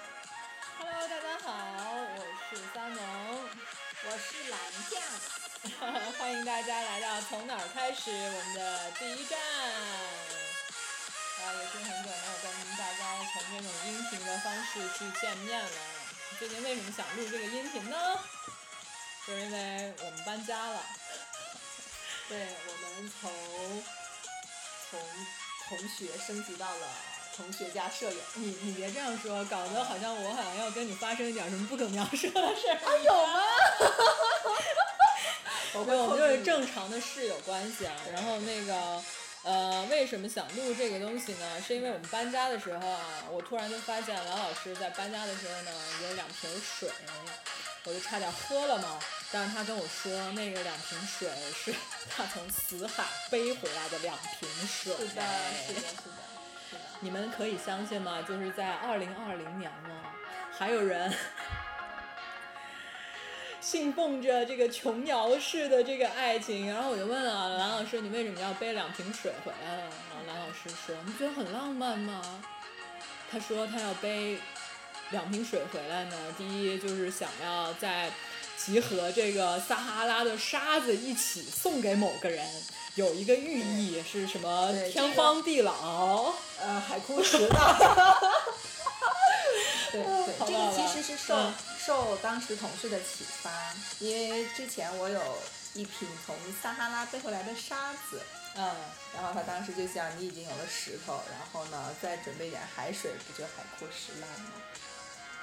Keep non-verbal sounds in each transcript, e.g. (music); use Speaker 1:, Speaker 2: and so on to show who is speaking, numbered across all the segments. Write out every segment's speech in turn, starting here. Speaker 1: (laughs) 迎大家来到《从哪儿开始》我们的第一站。啊，也是很久没有跟大家从这种音频的方式去见面了。最近为什么想录这个音频呢？就是因为我们搬家了。
Speaker 2: 对，我们从从同学升级到了同学加舍友。
Speaker 1: 你你别这样说，搞得好像我好像要跟你发生一点什么不可描述的事儿。
Speaker 2: 啊，有吗？我
Speaker 1: 对，我们就是
Speaker 2: 正。
Speaker 1: 正常的室友关系啊。然后那个，呃，为什么想录这个东西呢？是因为我们搬家的时候啊，我突然就发现老老师在搬家的时候呢，有两瓶水，我就差点喝了嘛。但是他跟我说，那个两瓶水是 (laughs) 他从死海背回来的两瓶水。
Speaker 2: 是的，是的，是的，是的。
Speaker 1: 你们可以相信吗？就是在二零二零年了，还有人信奉着这个琼瑶式的这个爱情。然后我就问啊，兰老师，你为什么要背两瓶水回来了？然后兰老师说，你觉得很浪漫吗？他说他要背两瓶水回来呢，第一就是想要在集合这个撒哈拉的沙子一起送给某个人，有一个寓意是什么？
Speaker 2: 对
Speaker 1: 天
Speaker 2: 这个
Speaker 1: 荒地老。
Speaker 2: 呃，海枯石 (laughs) 烂。对对，
Speaker 1: 好吧
Speaker 2: 这个其实是受
Speaker 1: 好吧
Speaker 2: 受当时同事的启发，因为之前我有一瓶从撒哈拉背回来的沙子，
Speaker 1: 嗯，
Speaker 2: 然后他当时就想，你已经有了石头，然后呢，再准备一点海水，不就海枯石烂吗？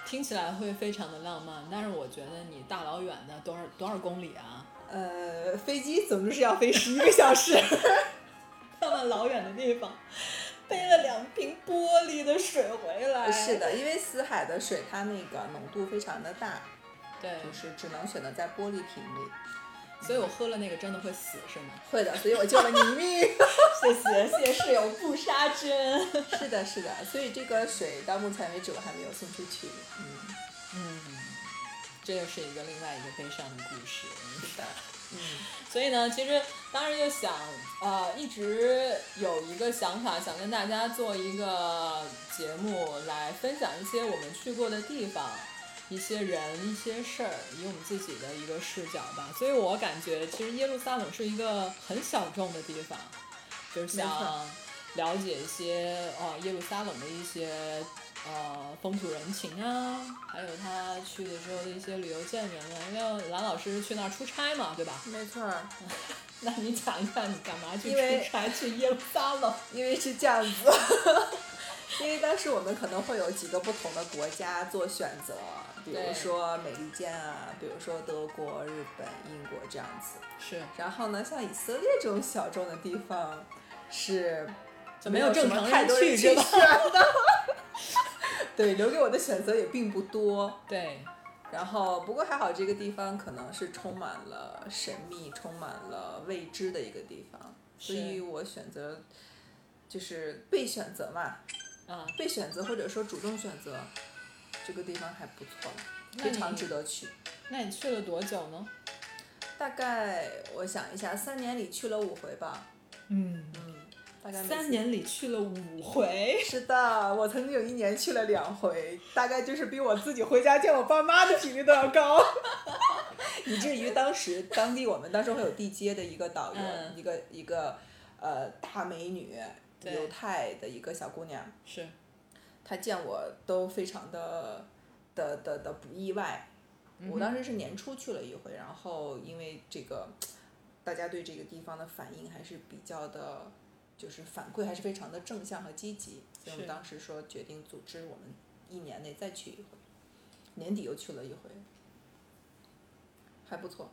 Speaker 1: 听起来会非常的浪漫，但是我觉得你大老远的多少多少公里啊，
Speaker 2: 呃，飞机总之是要飞十一个
Speaker 1: (laughs)
Speaker 2: 小时。
Speaker 1: 那么老远的地方，背了两瓶玻璃的水回来。
Speaker 2: 呃是，的，因为死海的水它那个浓度非常的大，
Speaker 1: 对，
Speaker 2: 就是只能选择在玻璃瓶里。
Speaker 1: 所以我喝了那个真的会死是
Speaker 2: (laughs)
Speaker 1: 吗？
Speaker 2: 会的，所以我救了你一命。 (laughs)
Speaker 1: 谢谢谢谢室友不杀之恩。
Speaker 2: 是的，是的，所以这个水到目前为止我还没有送出去。嗯，
Speaker 1: 嗯，这又是一个另外一个悲伤的故事。
Speaker 2: (laughs) 是的，嗯，
Speaker 1: 所以呢，其实当时就想，呃，一直有一个想法，想跟大家做一个节目来分享一些我们去过的地方、一些人、一些事儿，以我们自己的一个视角吧。所以我感觉，其实耶路撒冷是一个很小众的地方，就是想
Speaker 2: 没错
Speaker 1: 了解一些呃耶路撒冷的一些呃风土人情啊，还有他去的时候的一些旅游见闻啊。因为兰老师去那儿出差嘛，对吧？
Speaker 2: 没错儿，
Speaker 1: 那你讲一下你干嘛去
Speaker 2: 因为
Speaker 1: 出差去耶路撒冷？
Speaker 2: 因为是这样子。 (laughs) 因为当时我们可能会有几个不同的国家做选择，比
Speaker 1: 对
Speaker 2: 如说美利坚啊，比如说德国、日本、英国这样子。
Speaker 1: (laughs) 是
Speaker 2: 然后呢，像以色列这种小众的地方，是
Speaker 1: 就
Speaker 2: 没
Speaker 1: 没有
Speaker 2: 什
Speaker 1: 正
Speaker 2: 么
Speaker 1: 常
Speaker 2: 太
Speaker 1: 人
Speaker 2: 多
Speaker 1: 去
Speaker 2: 人
Speaker 1: 是
Speaker 2: 去
Speaker 1: 吧？
Speaker 2: 选的。 (laughs) 对，留给我的选择也并不多。
Speaker 1: 对，
Speaker 2: 然后，不过还好，这个地方可能是充满了神秘、充满了未知的一个地方，
Speaker 1: 是
Speaker 2: 所以我选择就是被选择嘛，
Speaker 1: 啊，
Speaker 2: 被选择或者说主动选择，这个地方还不错，
Speaker 1: 那
Speaker 2: 非
Speaker 1: 你
Speaker 2: 常值得去。
Speaker 1: 那你去了多久呢？
Speaker 2: 大概我想一下，三年里去了五回吧，
Speaker 1: 嗯，
Speaker 2: 嗯，大概每次
Speaker 1: 三。年里去了五回，
Speaker 2: 是的，我曾经有一年去了两回，大概就是比我自己回家见我爸妈的频率都要高，
Speaker 1: (laughs)
Speaker 2: 以至于当时当地我们当时会有地接的一个导游，
Speaker 1: 嗯
Speaker 2: 一个一个呃大美女，
Speaker 1: 对
Speaker 2: 犹太的一个小姑娘，
Speaker 1: 是
Speaker 2: 她见我都非常的的的的不意外。
Speaker 1: 嗯
Speaker 2: 我当时是年初去了一回，然后因为这个大家对这个地方的反应还是比较的，就是反馈还是非常的正向和积极，所以我们
Speaker 1: 是
Speaker 2: 当时说决定组织我们一年内再去一回，年底又去了一回，还不错。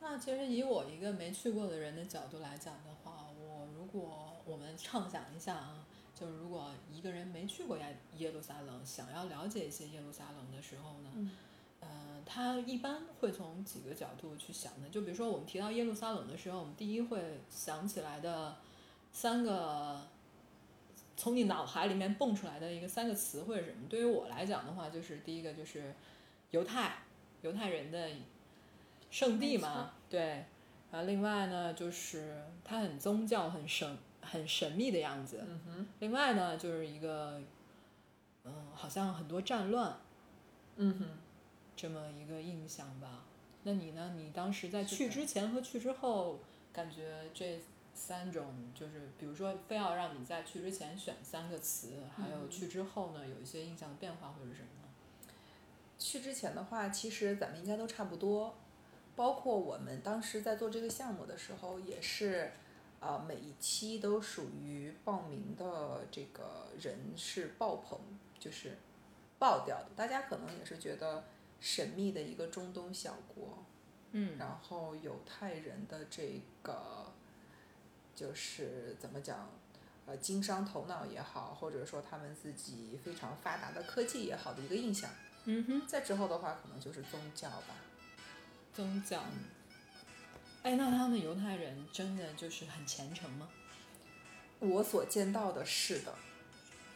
Speaker 1: 那其实以我一个没去过的人的角度来讲的话，我如果我们畅想一下啊，就是如果一个人没去过耶耶路撒冷，想要了解一些耶路撒冷的时候呢，
Speaker 2: 嗯
Speaker 1: 呃，他一般会从几个角度去想的。就比如说我们提到耶路撒冷的时候，我们第一会想起来的三个。从你脑海里面蹦出来的一个三个词汇是什么？对于我来讲的话，就是第一个就是犹太，犹太人的圣地
Speaker 2: 没
Speaker 1: 嘛，对。然后另外呢，就是它很宗教、很神、很神秘的样子。
Speaker 2: 嗯哼，
Speaker 1: 另外呢，就是一个，嗯，好像很多战乱
Speaker 2: 嗯哼，
Speaker 1: 这么一个印象吧。那你呢？你当时在去之前和去之后，感觉这三种就是，比如说非要让你在去之前选三个词，还
Speaker 2: 嗯
Speaker 1: 有去之后呢，有一些印象的变化或者什么呢？
Speaker 2: 去之前的话，其实咱们应该都差不多，包括我们当时在做这个项目的时候，也是，呃，每一期都属于报名的这个人是爆棚，就是爆掉的。大家可能也是觉得神秘的一个中东小国，
Speaker 1: 嗯，
Speaker 2: 然后犹太人的这个就是怎么讲，呃，经商头脑也好，或者说他们自己非常发达的科技也好的一个印象。
Speaker 1: 嗯哼，
Speaker 2: 再之后的话，可能就是宗教吧。
Speaker 1: 宗教。哎，那他们犹太人真的就是很虔诚吗？
Speaker 2: 我所见到的是的，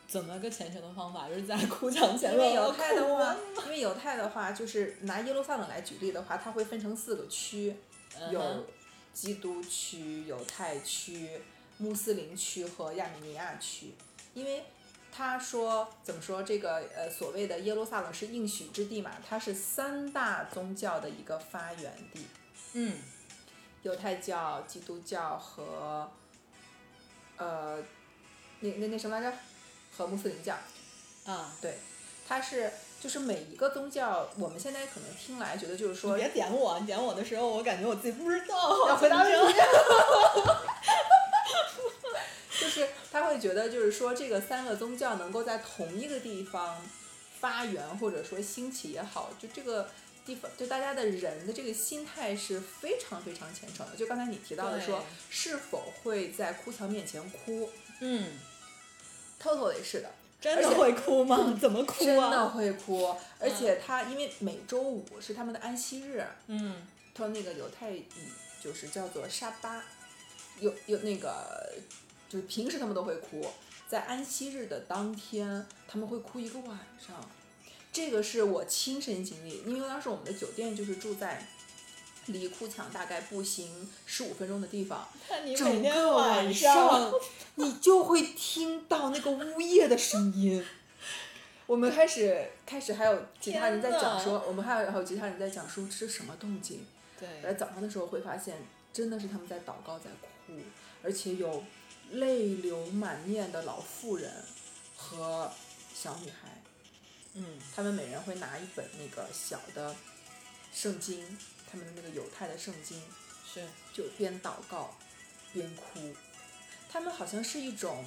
Speaker 1: 怎么个虔诚的方法？就是在 (laughs) 哭墙前
Speaker 2: 因为
Speaker 1: 面
Speaker 2: 犹
Speaker 1: 要
Speaker 2: 太的
Speaker 1: 哭
Speaker 2: 话
Speaker 1: 吗？，
Speaker 2: 因为犹太的话，就是拿耶路撒冷来举例的话，它会分成四个区，
Speaker 1: 嗯哼
Speaker 2: 有基督区、犹太区、穆斯林区和亚美尼亚区。因为他说怎么说这个呃所谓的耶路撒冷是应许之地嘛，它是三大宗教的一个发源地。
Speaker 1: 嗯，
Speaker 2: 犹太教、基督教和呃，那那那什么来着？和穆斯林教，
Speaker 1: 啊，
Speaker 2: 对，它是就是每一个宗教，我们现在可能听来觉得就是
Speaker 1: 你
Speaker 2: 说
Speaker 1: 别点我，你点我的时候，我感觉我自己不知 (laughs) 道
Speaker 2: 要回答
Speaker 1: 怎
Speaker 2: 问
Speaker 1: 么着
Speaker 2: 题，就是 (laughs) 他会觉得就是说这个三个宗教能够在同一个地方发源或者说兴起也好，就这个。地方就大家的人的这个心态是非常非常虔诚的，就刚才你提到的说
Speaker 1: 对，
Speaker 2: 是否会在哭墙面前哭
Speaker 1: 嗯，
Speaker 2: ，Toto 也是的，
Speaker 1: 真的
Speaker 2: 而且
Speaker 1: 会哭吗？ (laughs) 怎么哭啊？
Speaker 2: 真的会哭，嗯而且他因为每周五是他们的安息日，
Speaker 1: 嗯
Speaker 2: 他那个犹太语就是叫做沙巴，有有那个就是平时他们都会哭，在安息日的当天他们会哭一个晚上，这个是我亲身经历，因为当时我们的酒店就是住在离哭墙大概步行十五分钟的地方，，
Speaker 1: 那你每
Speaker 2: 整
Speaker 1: 天
Speaker 2: 个晚
Speaker 1: 上
Speaker 2: 上，你就会听到那个呜咽的声音。我们开始开始还有其他人在讲
Speaker 1: 天
Speaker 2: 说，我们还有还有其他人在讲说这是什么动静。在
Speaker 1: 对，
Speaker 2: 早上的时候会发现，真的是他们在祷告，在哭，而且有泪流满面的老妇人和小女孩，
Speaker 1: 嗯
Speaker 2: 他们每人会拿一本那个小的圣经，他们的那个犹太的圣经，
Speaker 1: 是，
Speaker 2: 就边祷告边哭，他们好像是一种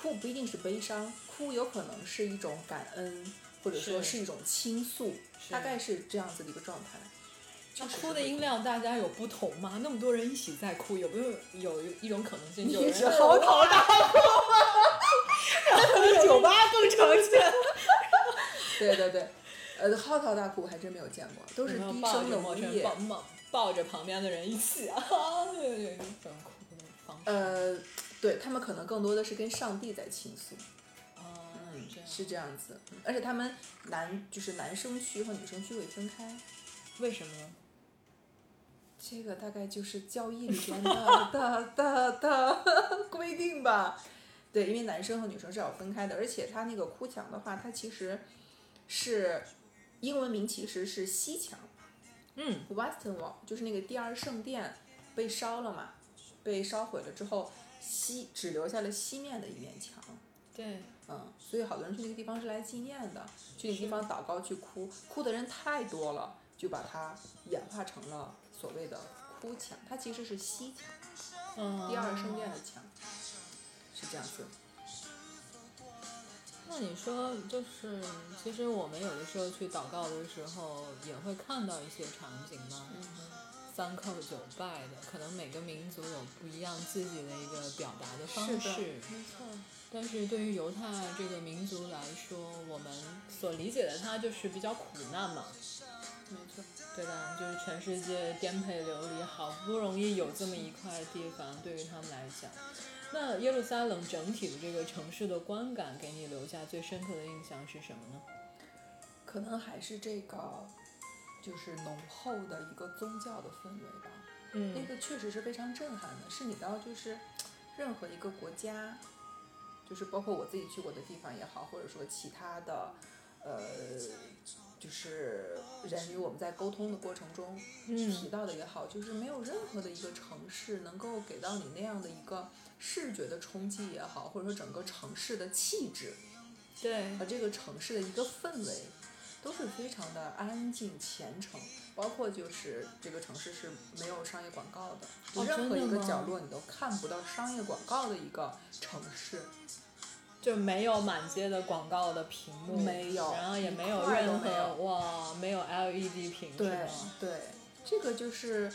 Speaker 2: 哭不一定是悲伤，哭有可能是一种感恩，或者说
Speaker 1: 是
Speaker 2: 是一种倾诉，
Speaker 1: 是
Speaker 2: 大概是这样子的一个状态。
Speaker 1: 那
Speaker 2: 确实
Speaker 1: 哭
Speaker 2: 是
Speaker 1: 的
Speaker 2: 会
Speaker 1: 音量大家有不同吗？那么多人一起在哭，有没有有一种可能性，有
Speaker 2: 你
Speaker 1: 人
Speaker 2: 是嚎啕大
Speaker 1: (laughs) 可能酒吧更常见，
Speaker 2: 对对对，呃，嚎啕大哭我还真没有见过，都是
Speaker 1: 有没有
Speaker 2: 低
Speaker 1: 抱
Speaker 2: 声
Speaker 1: 着
Speaker 2: 的
Speaker 1: 陌
Speaker 2: 呜
Speaker 1: 生人
Speaker 2: 咽
Speaker 1: 抱。抱抱着旁边的人一起啊， (laughs) 对有一种哭的方式。
Speaker 2: 呃，对他们可能更多的是跟上帝在倾诉，
Speaker 1: 哦，这样
Speaker 2: 是这样子。嗯而且他们男就是男生区和女生区会分开，
Speaker 1: 为什么呢？
Speaker 2: 这个大概就是教义里边的的的的规定吧。对，因为男生和女生是要分开的，而且他那个哭墙的话，它其实是英文名其实是西墙，
Speaker 1: 嗯
Speaker 2: Western Wall，就是那个第二圣殿被烧了嘛，被烧毁了之后，西只留下了西面的一面墙。
Speaker 1: 对，
Speaker 2: 嗯，所以好多人去那个地方是来纪念的，去那个地方祷告去哭，哭的人太多了，就把它演化成了所谓的哭墙，它其实是西墙，
Speaker 1: 嗯，
Speaker 2: 第二圣殿的墙，是这样子。
Speaker 1: 那你说，就是其实我们有的时候去祷告的时候，也会看到一些场景嘛，
Speaker 2: 嗯
Speaker 1: 三叩九拜的，可能每个民族有不一样自己的一个表达的方式。
Speaker 2: 没错，
Speaker 1: 但是对于犹太这个民族来说，我们所理解的它就是比较苦难嘛，
Speaker 2: 没错。
Speaker 1: 对吧？就是全世界颠沛流离，好不容易有这么一块地方，对于他们来讲，那耶路撒冷整体的这个城市的观感，给你留下最深刻的印象是什么呢？
Speaker 2: 可能还是这个，就是浓厚的一个宗教的氛围吧。那
Speaker 1: 嗯
Speaker 2: 个确实是非常震撼的，是你到就是任何一个国家，就是包括我自己去过的地方也好，或者说其他的呃就是人与我们在沟通的过程中提到的也好，就是没有任何的一个城市能够给到你那样的一个视觉的冲击也好，或者说整个城市的气质
Speaker 1: 对，
Speaker 2: 和这个城市的一个氛围，都是非常的安静虔诚。包括就是这个城市是没有商业广告的，就
Speaker 1: 哦
Speaker 2: 任何
Speaker 1: 真的
Speaker 2: 一个
Speaker 1: 吗
Speaker 2: 角落你都看不到商业广告的一个城市。
Speaker 1: 就没有满街的广告的屏幕，
Speaker 2: 没有
Speaker 1: 然后也没
Speaker 2: 一
Speaker 1: 有
Speaker 2: 块儿都
Speaker 1: 任
Speaker 2: 没有
Speaker 1: 何哇，没有 LED 屏是
Speaker 2: 对
Speaker 1: 吗？
Speaker 2: 对，这个就是，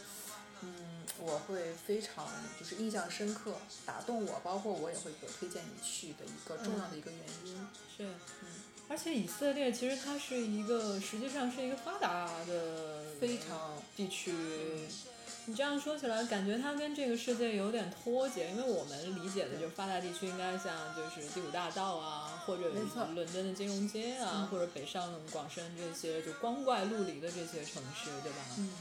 Speaker 2: 嗯，我会非常就是印象深刻，打动我，包括我也会给推荐你去的一个重
Speaker 1: 嗯
Speaker 2: 要的一个原因。嗯
Speaker 1: 是，而且以色列其实它是一个，实际上是一个发达的
Speaker 2: 非常
Speaker 1: 地区。你这样说起来，感觉它跟这个世界有点脱节，因为我们理解的就是发达地区应该像就是第五大道啊，或者
Speaker 2: 没错
Speaker 1: 伦敦的金融街啊，或者北上广深这些就光怪陆离的这些城市，对吧？
Speaker 2: 嗯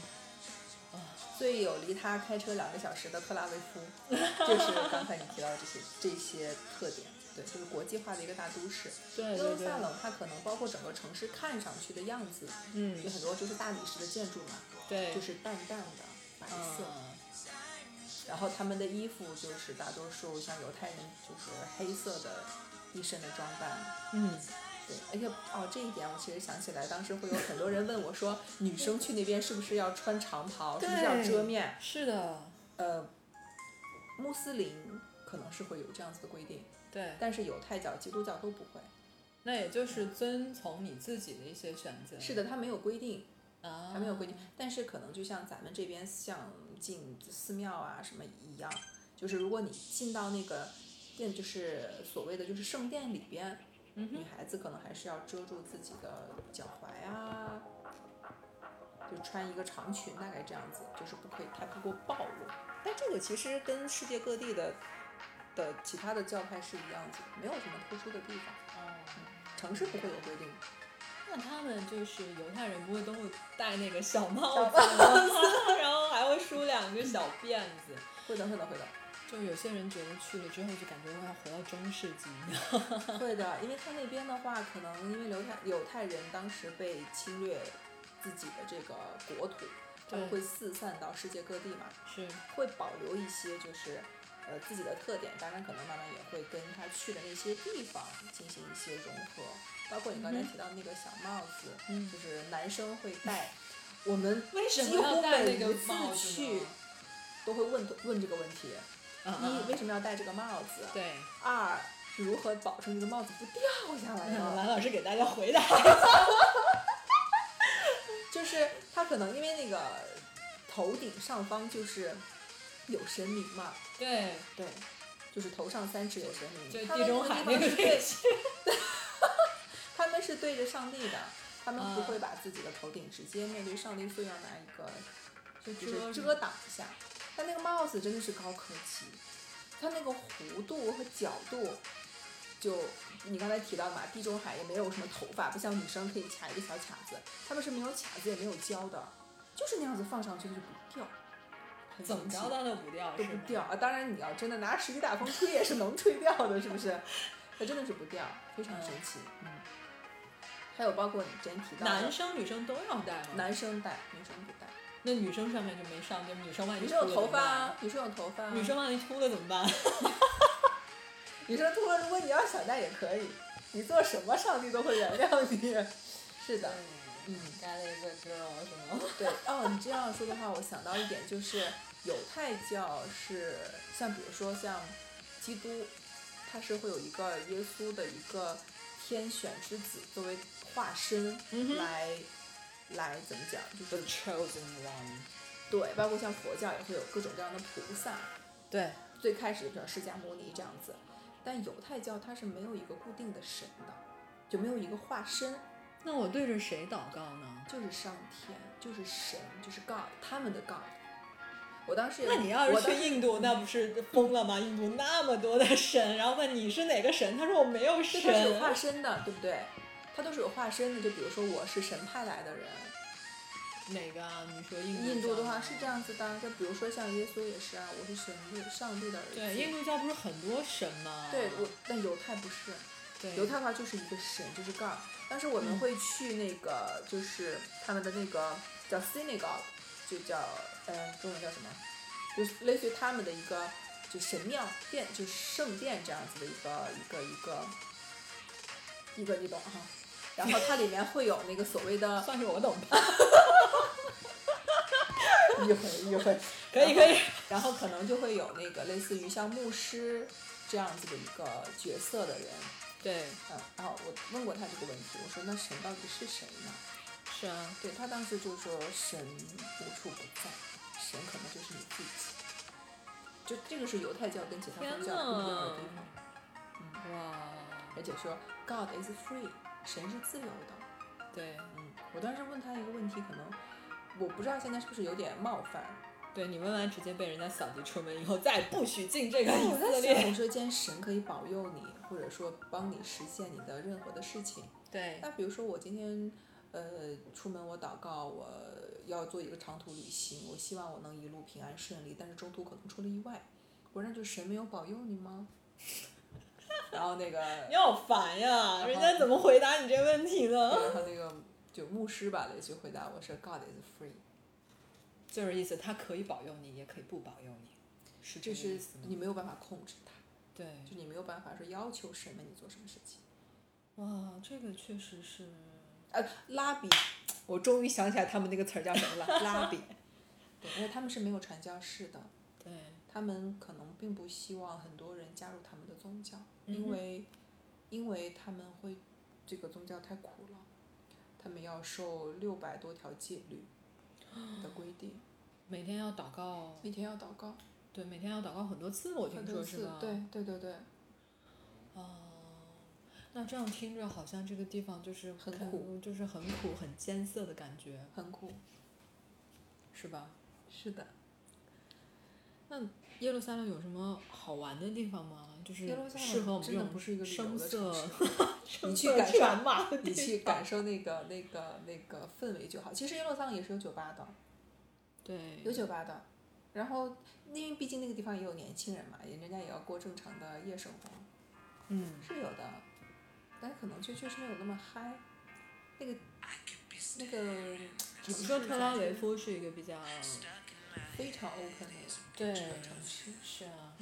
Speaker 2: 最啊有离他开车两个小时的特拉维夫，就是刚才你提到的这些这些特点。对，就是国际化的一个大都市。
Speaker 1: 对
Speaker 2: 耶
Speaker 1: 对
Speaker 2: 路
Speaker 1: 对
Speaker 2: 撒，冷它可能包括整个城市看上去的样子，有
Speaker 1: 嗯，
Speaker 2: 很多就是大理石的建筑嘛，
Speaker 1: 对，
Speaker 2: 就是淡淡的白色。
Speaker 1: 嗯
Speaker 2: 然后他们的衣服就是大多数像犹太人就是黑色的一身的装扮，
Speaker 1: 嗯，
Speaker 2: 对，而且哦这一点我其实想起来，当时会有很多人问我说， (laughs) 女生去那边是不是要穿长袍，是不是要
Speaker 1: 对
Speaker 2: 遮面？
Speaker 1: 是的，
Speaker 2: 呃，穆斯林可能是会有这样子的规定，
Speaker 1: 对，
Speaker 2: 但是犹太教、基督教都不会。
Speaker 1: 那也就是遵从你自己的一些选择，
Speaker 2: 是的，他没有规定，
Speaker 1: 啊，
Speaker 2: 他没有规定，但是可能就像咱们这边像进寺庙啊什么一样，就是如果你进到那个殿，就是所谓的就是圣殿里边，
Speaker 1: 嗯哼
Speaker 2: 女孩子可能还是要遮住自己的脚踝啊，就穿一个长裙，大概这样子，就是不可以太过暴露。但这个其实跟世界各地的的其他的教派是一样子，没有什么特殊的地方，
Speaker 1: 哦
Speaker 2: 城市不会有规定。
Speaker 1: 那他们就是犹太人，不会都会戴那个小帽子 (laughs) 吗，然后还会梳两个小辫子。
Speaker 2: 会的，会的，会的。
Speaker 1: 就有些人觉得去了之后就感觉我要回到中世纪一样。
Speaker 2: 会的，因为他那边的话，可能因为犹太犹太人当时被侵略自己的这个国土，他们
Speaker 1: 对
Speaker 2: 会四散到世界各地嘛，
Speaker 1: 是，
Speaker 2: 会保留一些就是呃自己的特点，当然可能慢慢也会跟他去的那些地方进行一些融合，包括你刚才
Speaker 1: 嗯
Speaker 2: 提到那个小帽子，
Speaker 1: 嗯
Speaker 2: 就是男生会戴，我们
Speaker 1: 为什
Speaker 2: 几
Speaker 1: 么要
Speaker 2: 乎
Speaker 1: 戴那
Speaker 2: 每一
Speaker 1: 个帽
Speaker 2: 次
Speaker 1: 子
Speaker 2: 去
Speaker 1: 呢
Speaker 2: 都会问问这个问题，
Speaker 1: 嗯
Speaker 2: 一为
Speaker 1: 嗯，
Speaker 2: 什么要戴这个帽子？
Speaker 1: 对，
Speaker 2: 二，如何保证这个帽子不掉下来
Speaker 1: 嗯
Speaker 2: 呢？
Speaker 1: 蓝老师给大家 (laughs) 回答。
Speaker 2: 就是它可能因为那个头顶上方就是有神明嘛，
Speaker 1: 对，
Speaker 2: 对，就是头上三尺有神明，
Speaker 1: 就
Speaker 2: 他
Speaker 1: 地
Speaker 2: 们
Speaker 1: 中海那
Speaker 2: 个
Speaker 1: 个
Speaker 2: 地方是对
Speaker 1: 位，置。
Speaker 2: 他们是对着上帝的，他们不
Speaker 1: 啊
Speaker 2: 会把自己的头顶直接面对上帝，所以要拿一个
Speaker 1: (laughs) 就
Speaker 2: 就是
Speaker 1: 遮
Speaker 2: 遮挡一下。但那个帽子真的是高科技，它那个弧度和角度，就你刚才提到嘛，地中海也没有什么头发，不像女生可以卡一个小卡子，他们是没有卡子也没有胶的，就是那样子放上去它就不掉，很
Speaker 1: 怎么
Speaker 2: 神奇
Speaker 1: 着它都不掉，
Speaker 2: 都
Speaker 1: 是
Speaker 2: 不
Speaker 1: 吗？
Speaker 2: 掉啊！当然你要真的拿十级大风吹也是能吹掉的，是不是？它真的是不掉，非常神奇。嗯，还有包括你之前提到的
Speaker 1: 男生女生都要戴吗？
Speaker 2: 男生戴，女生不戴。
Speaker 1: 那女生上面就没上，就女生万一
Speaker 2: 女
Speaker 1: 秃了
Speaker 2: 生有
Speaker 1: 怎
Speaker 2: 头
Speaker 1: 么
Speaker 2: 发
Speaker 1: 办
Speaker 2: 啊，女生有头发啊，
Speaker 1: 女生万一秃了怎么办？
Speaker 2: 女生秃了，如果你要想戴也可以，你做什么上帝都会原谅你。是的，
Speaker 1: 嗯，got it girl 什么？
Speaker 2: 对哦，你这样说的话，我想到一点就是，犹太教是像比如说像基督，它是会有一个耶稣的一个天选之子作为化身
Speaker 1: 嗯哼
Speaker 2: 来、来怎么讲，就是
Speaker 1: chosen one。
Speaker 2: 对，包括像佛教也会有各种各样的菩萨，
Speaker 1: 对，
Speaker 2: 最开始比如释迦牟尼这样子，但犹太教它是没有一个固定的神的，就没有一个化身，
Speaker 1: 那我对着谁祷告呢？
Speaker 2: 就是上天，就是神，就是 God，他们的 God。我当时也，
Speaker 1: 那你要
Speaker 2: 我
Speaker 1: 是
Speaker 2: 当
Speaker 1: 去印度，那不是疯了吗？印度那么多的神，然后问你是哪个神，他说我没有
Speaker 2: 对
Speaker 1: 神。
Speaker 2: 它是有化身的，对不对？它都是有化身的，就比如说我是神派来的人，
Speaker 1: 哪个啊？你说印
Speaker 2: 印度的话是
Speaker 1: 教
Speaker 2: 这样子的，就比如说像耶稣也是啊，我是神的上帝的儿子。
Speaker 1: 对，印度教不是很多神吗？
Speaker 2: 对我，但犹太不是，
Speaker 1: 对
Speaker 2: 犹太话就是一个神，就是 God。当时我们会去那个，就是他们的那个叫 synagogue，就叫呃中文叫什么，就是类似于他们的一个就神庙殿，就是圣殿这样子的一个一个一个一个你懂哈。然后它里面会有那个所谓的
Speaker 1: 算是我懂吧，
Speaker 2: (laughs) 一会儿一会儿，
Speaker 1: (laughs) 可以可以，
Speaker 2: 然后可能就会有那个类似于像牧师这样子的一个角色的人，
Speaker 1: 对，
Speaker 2: 嗯，然后我问过他这个问题，我说那神到底是谁呢？
Speaker 1: 是啊，
Speaker 2: 对他当时就说神无处不在，神可能就是你自己。就这个是犹太教跟其他
Speaker 1: 天
Speaker 2: 宗教不一样的
Speaker 1: 呐
Speaker 2: 地方，
Speaker 1: 哇，
Speaker 2: 而且说 God is free，神是自由的。
Speaker 1: 对
Speaker 2: 嗯，我当时问他一个问题，可能我不知道现在是不是有点冒犯，
Speaker 1: 对，你问完直接被人家扫地出门，以后再也不许进这个
Speaker 2: 但
Speaker 1: 以
Speaker 2: 我在
Speaker 1: 色
Speaker 2: 想，
Speaker 1: 列。
Speaker 2: 我说既然神可以保佑你，或者说帮你实现你的任何的事情，
Speaker 1: 对，
Speaker 2: 那比如说我今天呃出门我祷告，我要做一个长途旅行，我希望我能一路平安顺利，但是中途可能出了意外，我那就神没有保佑你吗？ (laughs) 然后那个，
Speaker 1: 你好烦呀！
Speaker 2: 后
Speaker 1: 人家怎么回答你这问题呢？
Speaker 2: 然后那个就牧师吧，类似于回答我是 God is free，
Speaker 1: 就是意思，他可以保佑你，也可以不保佑你，是
Speaker 2: 就
Speaker 1: 这个
Speaker 2: 是
Speaker 1: 意思吗？
Speaker 2: 你没有办法控制它，
Speaker 1: 对，
Speaker 2: 就你没有办法说要求神为你做什么事情。
Speaker 1: 哇，这个确实是，
Speaker 2: 呃，拉比，
Speaker 1: 我终于想起来他们那个词儿叫什么了，拉比。
Speaker 2: (laughs) 对，因为他们是没有传教士的，
Speaker 1: 对，
Speaker 2: 他们可能并不希望很多人加入他们的宗教，
Speaker 1: 嗯哼
Speaker 2: 因为因为他们会这个宗教太苦了，他们要受六百多条戒
Speaker 1: (gasps)
Speaker 2: 律的规定，
Speaker 1: 每天要祷告，
Speaker 2: 每天要祷告
Speaker 1: 对，每天要祷告很多次，哦我听
Speaker 2: 很
Speaker 1: 说
Speaker 2: 多
Speaker 1: 是
Speaker 2: 次
Speaker 1: 吧？，哦
Speaker 2: 对对对对，
Speaker 1: 那这样听着好像这个地方就是
Speaker 2: 很
Speaker 1: 看
Speaker 2: 苦，
Speaker 1: 就是很苦、很艰涩的感觉，
Speaker 2: 很苦。
Speaker 1: 是吧？
Speaker 2: 是的，
Speaker 1: 那耶路撒冷有什么好玩的地方吗？就是
Speaker 2: 耶路撒冷
Speaker 1: 适合我们这
Speaker 2: 真的
Speaker 1: 种
Speaker 2: 不是一个旅游
Speaker 1: 声
Speaker 2: 的城
Speaker 1: (laughs) 色，
Speaker 2: 你
Speaker 1: 声
Speaker 2: 去
Speaker 1: 色
Speaker 2: 感受
Speaker 1: 犬马的
Speaker 2: 你
Speaker 1: 地
Speaker 2: 去
Speaker 1: 方
Speaker 2: 感受那个那个那个氛围就好。其实耶路撒冷也是有酒吧的，有
Speaker 1: (laughs) 对，
Speaker 2: 酒吧的。然后，因为毕竟那个地方也有年轻人嘛，人家也要过正常的夜生活。
Speaker 1: 嗯，
Speaker 2: 是有的，但是可能就确实没有那么嗨。那个那个，
Speaker 1: 只不过特拉维夫是一个比较，
Speaker 2: 非常 open 的
Speaker 1: 对，
Speaker 2: 城市，
Speaker 1: 是啊，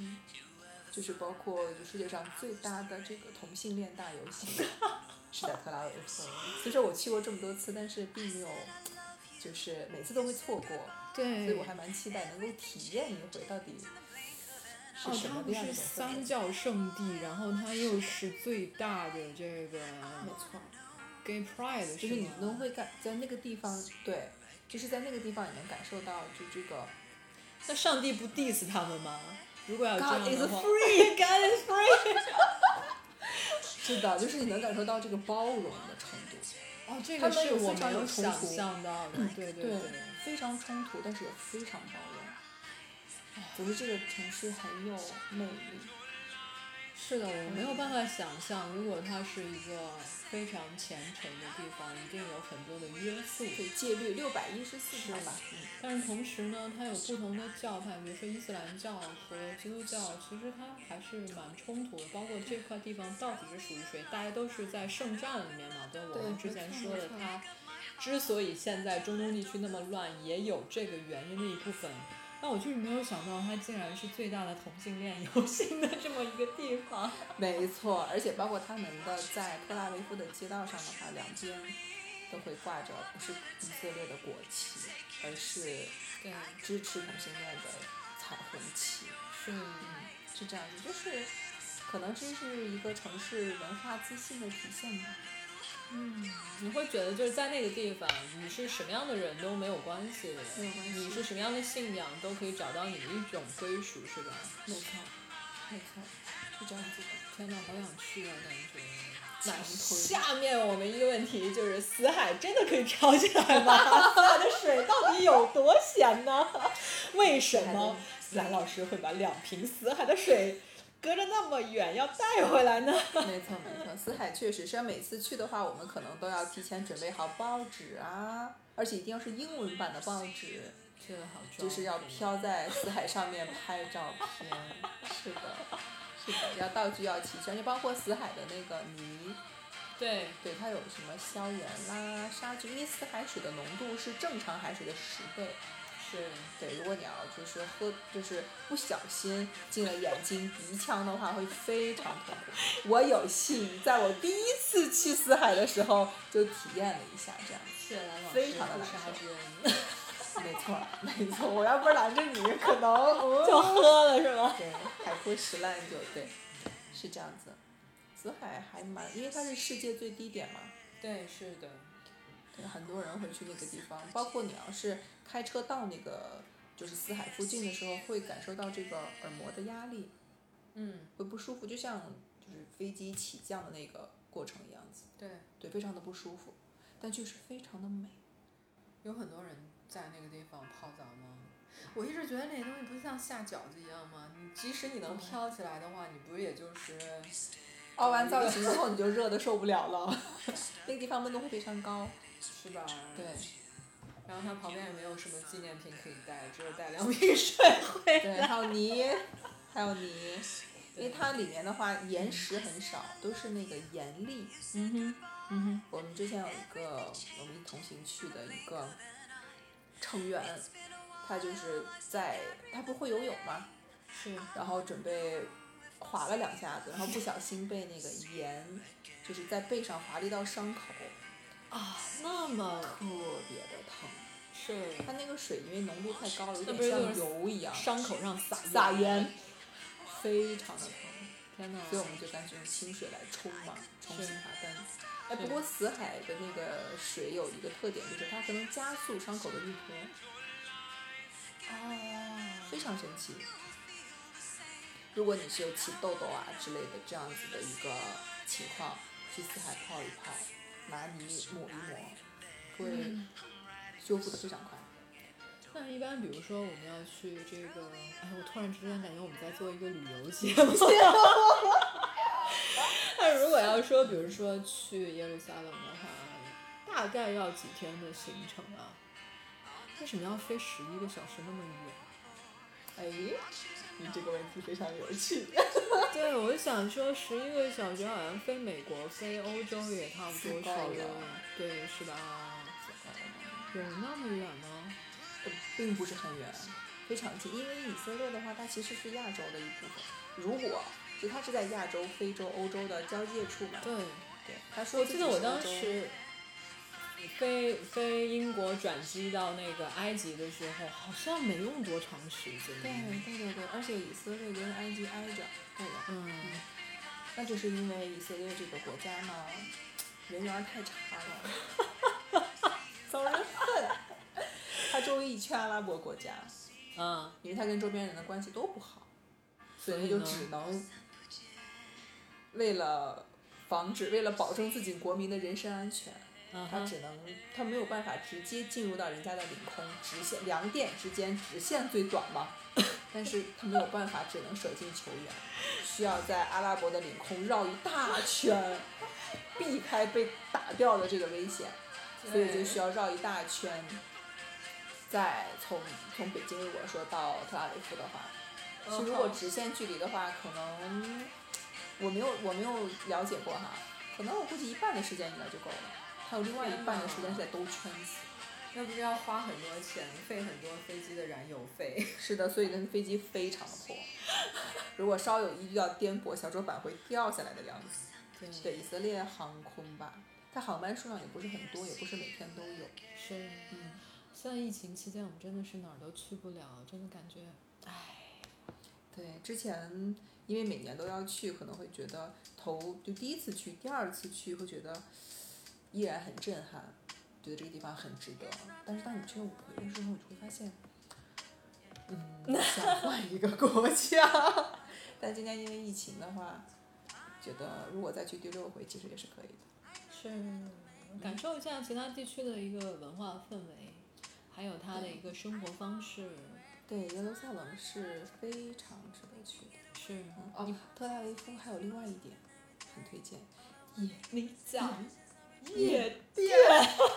Speaker 2: 就是包括就世界上最大的这个同性恋大游
Speaker 1: (laughs)
Speaker 2: 行是在特拉维夫。虽说我去过这么多次，但是并没有，就是每次都会错过，所以
Speaker 1: 对
Speaker 2: 我。还蛮期待能够体验一回到底
Speaker 1: 哦
Speaker 2: 是，什
Speaker 1: 它
Speaker 2: 么
Speaker 1: 不
Speaker 2: 样的
Speaker 1: 是
Speaker 2: 一种氛
Speaker 1: 三
Speaker 2: 围。
Speaker 1: 教圣地，然后它又是最大的这个
Speaker 2: 没错。
Speaker 1: gay pride，是
Speaker 2: 就是你
Speaker 1: 吗
Speaker 2: 能会感在那个地方，对，就是在那个地方你能感受到，就这个
Speaker 1: 那上帝不 diss 他们吗？如果要这样
Speaker 2: God is
Speaker 1: 的话
Speaker 2: free，God is free 。是的，就是你能感受到这个包容的程度，
Speaker 1: 哦，这
Speaker 2: 他
Speaker 1: 个
Speaker 2: 们
Speaker 1: 是
Speaker 2: 有
Speaker 1: 我
Speaker 2: 非常
Speaker 1: 没
Speaker 2: 有
Speaker 1: 有
Speaker 2: 冲
Speaker 1: 想
Speaker 2: 突
Speaker 1: 象到的，对对
Speaker 2: 非常冲突，但是也非常包容。哎总之，这个城市很有魅力。
Speaker 1: 是的，我没有办法想象，如果它是一个非常虔诚的地方，一定有很多的约束。
Speaker 2: 对，戒律六百一十四条吧，嗯，
Speaker 1: 但是同时呢，它有不同的教派，比如说伊斯兰教和基督教，其实它还是蛮冲突的。包括这块地方到底是属于谁，大家都是在圣战里面嘛。对，我们
Speaker 2: 对
Speaker 1: 之前
Speaker 2: 没错
Speaker 1: 说的
Speaker 2: 没错，
Speaker 1: 它之所以现在中东地区那么乱，也有这个原因的一部分。但我就是没有想到，它竟然是最大的同性恋游行的这么一个地方。
Speaker 2: 没错，而且包括他们的在特拉维夫的街道上的话，两边都会挂着不是以色列的国旗，而是
Speaker 1: 对，
Speaker 2: 支持同性恋的彩虹旗。
Speaker 1: 是，
Speaker 2: 是这样子，就是可能这是一个城市文化自信的体现吧。
Speaker 1: 嗯，你会觉得就是在那个地方，你是什么样的人都没有关系的。
Speaker 2: 没有关系，
Speaker 1: 你是什么样的信仰都可以找到你的一种归属，是吧？
Speaker 2: 没错，没错，是这样子的。
Speaker 1: 天哪，好想去啊，感觉。
Speaker 2: 强
Speaker 1: 那
Speaker 2: 推
Speaker 1: 下面我们一个问题就是：死海真的可以吵起来吗？ (laughs) 死海的水到底有多咸呢？为什么蓝老师会把两瓶死海的水隔着那么远要带回来呢？
Speaker 2: (laughs) 没错没错，死海确实是。每次去的话，我们可能都要提前准备好报纸啊，而且一定要是英文版的报纸，
Speaker 1: 这个好
Speaker 2: (laughs) 就是要飘在死海上面拍照片。是的，是的，要道具要齐全，就包括死海的那个泥，
Speaker 1: 对，
Speaker 2: 对它有什么消炎啦、杀菌，因为死海水的浓度是正常海水的十倍。
Speaker 1: 是，
Speaker 2: 对，如果你要就是喝，就是不小心进了眼睛、鼻腔的话，会非常痛苦。我有幸在我第一次去死海的时候就体验了一下这样。
Speaker 1: 谢谢蓝老师，
Speaker 2: 非常地
Speaker 1: 不
Speaker 2: 难
Speaker 1: 杀
Speaker 2: 受
Speaker 1: 之恩，
Speaker 2: 没错，没错，我要不是拦着你，可能、嗯、
Speaker 1: 就喝了是吗？
Speaker 2: 对海枯石烂就对，是这样子。死海还蛮，因为它是世界最低点嘛，
Speaker 1: 对，是的，
Speaker 2: 对，很多人会去那个地方。包括你要是开车到那个就是死海附近的时候，会感受到这个耳膜的压力，
Speaker 1: 嗯，
Speaker 2: 会不舒服，就像就是飞机起降的那个过程一样子，
Speaker 1: 对，
Speaker 2: 对，非常的不舒服，但就是非常的美。
Speaker 1: 有很多人在那个地方泡澡吗？我一直觉得那东西不像下饺子一样吗？你即使你能飘起来的话，你不是也就是
Speaker 2: 凹完造型之后，你就热的受不了了， (laughs) 那个地方温度会非常高。
Speaker 1: 是吧？
Speaker 2: 对。
Speaker 1: 然后它旁边也没有什么纪念品可以带，只有带两瓶水回来。
Speaker 2: 对，还有泥，还有泥，因为它里面的话岩石很少，都是那个岩粒。
Speaker 1: 嗯哼，嗯哼，
Speaker 2: 我们之前有一个我们一同行去的一个成员，他就是在他不会游泳嘛，
Speaker 1: 是，
Speaker 2: 然后准备划了两下子，然后不小心被那个盐就是在背上划了一道伤口，
Speaker 1: 啊，那么
Speaker 2: 特别的疼。
Speaker 1: 是
Speaker 2: 它那个水因为浓度太高了，有
Speaker 1: 那不是
Speaker 2: 点像
Speaker 1: 就是
Speaker 2: 油一样，
Speaker 1: 伤口上撒
Speaker 2: 撒盐，非常的疼。
Speaker 1: 天
Speaker 2: 所以
Speaker 1: 哪！哦
Speaker 2: 我们就干脆用清水来冲嘛，冲
Speaker 1: 是
Speaker 2: 洗它干净。哎，
Speaker 1: 是
Speaker 2: 不过死海的那个水有一个特点，就是它可能加速伤口的愈合，
Speaker 1: 哦，
Speaker 2: 非常神奇。如果你是有起痘痘啊之类的这样子的一个情况，去死海泡一泡，拿泥抹一抹，会
Speaker 1: 嗯
Speaker 2: 修复的非常快。
Speaker 1: 那一般比如说我们要去这个，哎，我突然之间感觉我们在做一个旅游节目。 (laughs) 那如果要说，比如说去耶路撒冷的话，大概要几天的行程啊？为什么要飞十一个小时那么远？ (laughs)
Speaker 2: 哎，你这个问题非常有趣。 (laughs)
Speaker 1: 对，我就想说，十一个小时好像飞美国、飞欧洲也差不多
Speaker 2: 是够
Speaker 1: 是
Speaker 2: 了，
Speaker 1: 对，是吧？有那么远吗？
Speaker 2: 并不是很远，非常近。因为以色列的话，它其实是亚洲的一部分。如果就它是在亚洲、非洲、欧洲的交界处嘛。
Speaker 1: 对，
Speaker 2: 对，他说
Speaker 1: 我
Speaker 2: 自
Speaker 1: 记
Speaker 2: 己
Speaker 1: 得我
Speaker 2: 是欧
Speaker 1: 当
Speaker 2: 洲
Speaker 1: 时飞飞英国转机到那个埃及的时候，好像没用多长时
Speaker 2: 对
Speaker 1: 间。
Speaker 2: 对对对，而且以色列跟埃及挨着，对的。
Speaker 1: 嗯，
Speaker 2: 那就是因为以色列这个国家呢，人缘儿太差了， (laughs) 遭人恨。 (laughs) 他周围一圈阿拉伯国家，
Speaker 1: 啊，
Speaker 2: 因为他跟周边人的关系都不好，所
Speaker 1: 所以
Speaker 2: 以就
Speaker 1: 呢
Speaker 2: 只能为了防止、为了保证自己国民的人身安全，
Speaker 1: 嗯
Speaker 2: 他
Speaker 1: 哼，
Speaker 2: 只能他没有办法直接进入到人家的领空，直线两点之间直线最短
Speaker 1: (laughs)
Speaker 2: 嘛，但是他没有办法，只能舍近求远，需要在阿拉伯的领空绕一大圈，避开被打掉的这个危险，所以就需要绕一大圈，再从从北京如果说到特拉维夫的话，
Speaker 1: 嗯
Speaker 2: 是如果
Speaker 1: 好
Speaker 2: 直线距离的话，可能我没有我没有了解过哈，可能我估计一半的时间应该就够了，还有另外一半的时间是在兜圈子。
Speaker 1: 那不是要花很多钱，费很多飞机的燃油费？
Speaker 2: 是的，所以那飞机非常的破，如果稍有一遇到颠簸，小桌板会掉下来的样子。
Speaker 1: (laughs) 对，
Speaker 2: 对，以色列航空吧，它航班数量也不是很多，也不是每天都有。
Speaker 1: 是。
Speaker 2: 嗯，
Speaker 1: 现在疫情期间，我们真的是哪儿都去不了，真的感觉，唉，
Speaker 2: 对，之前因为每年都要去，可能会觉得头就第一次去，第二次去会觉得依然很震撼，觉得这个地方很值得。但是当你去了五回的时候，你就会发现，嗯，想换一个国家。 (laughs) 但今年因为疫情的话，觉得如果再去第六回，其实也是可以的。
Speaker 1: 是感受一下其他地区的一个文化氛围，还有他的一个生活方式。
Speaker 2: 对，耶路撒冷是非常值得去的。
Speaker 1: 是，
Speaker 2: 嗯，哦，特拉维夫还有另外一点 (laughs) 很推荐，夜
Speaker 1: 你讲
Speaker 2: 夜
Speaker 1: 店，
Speaker 2: 我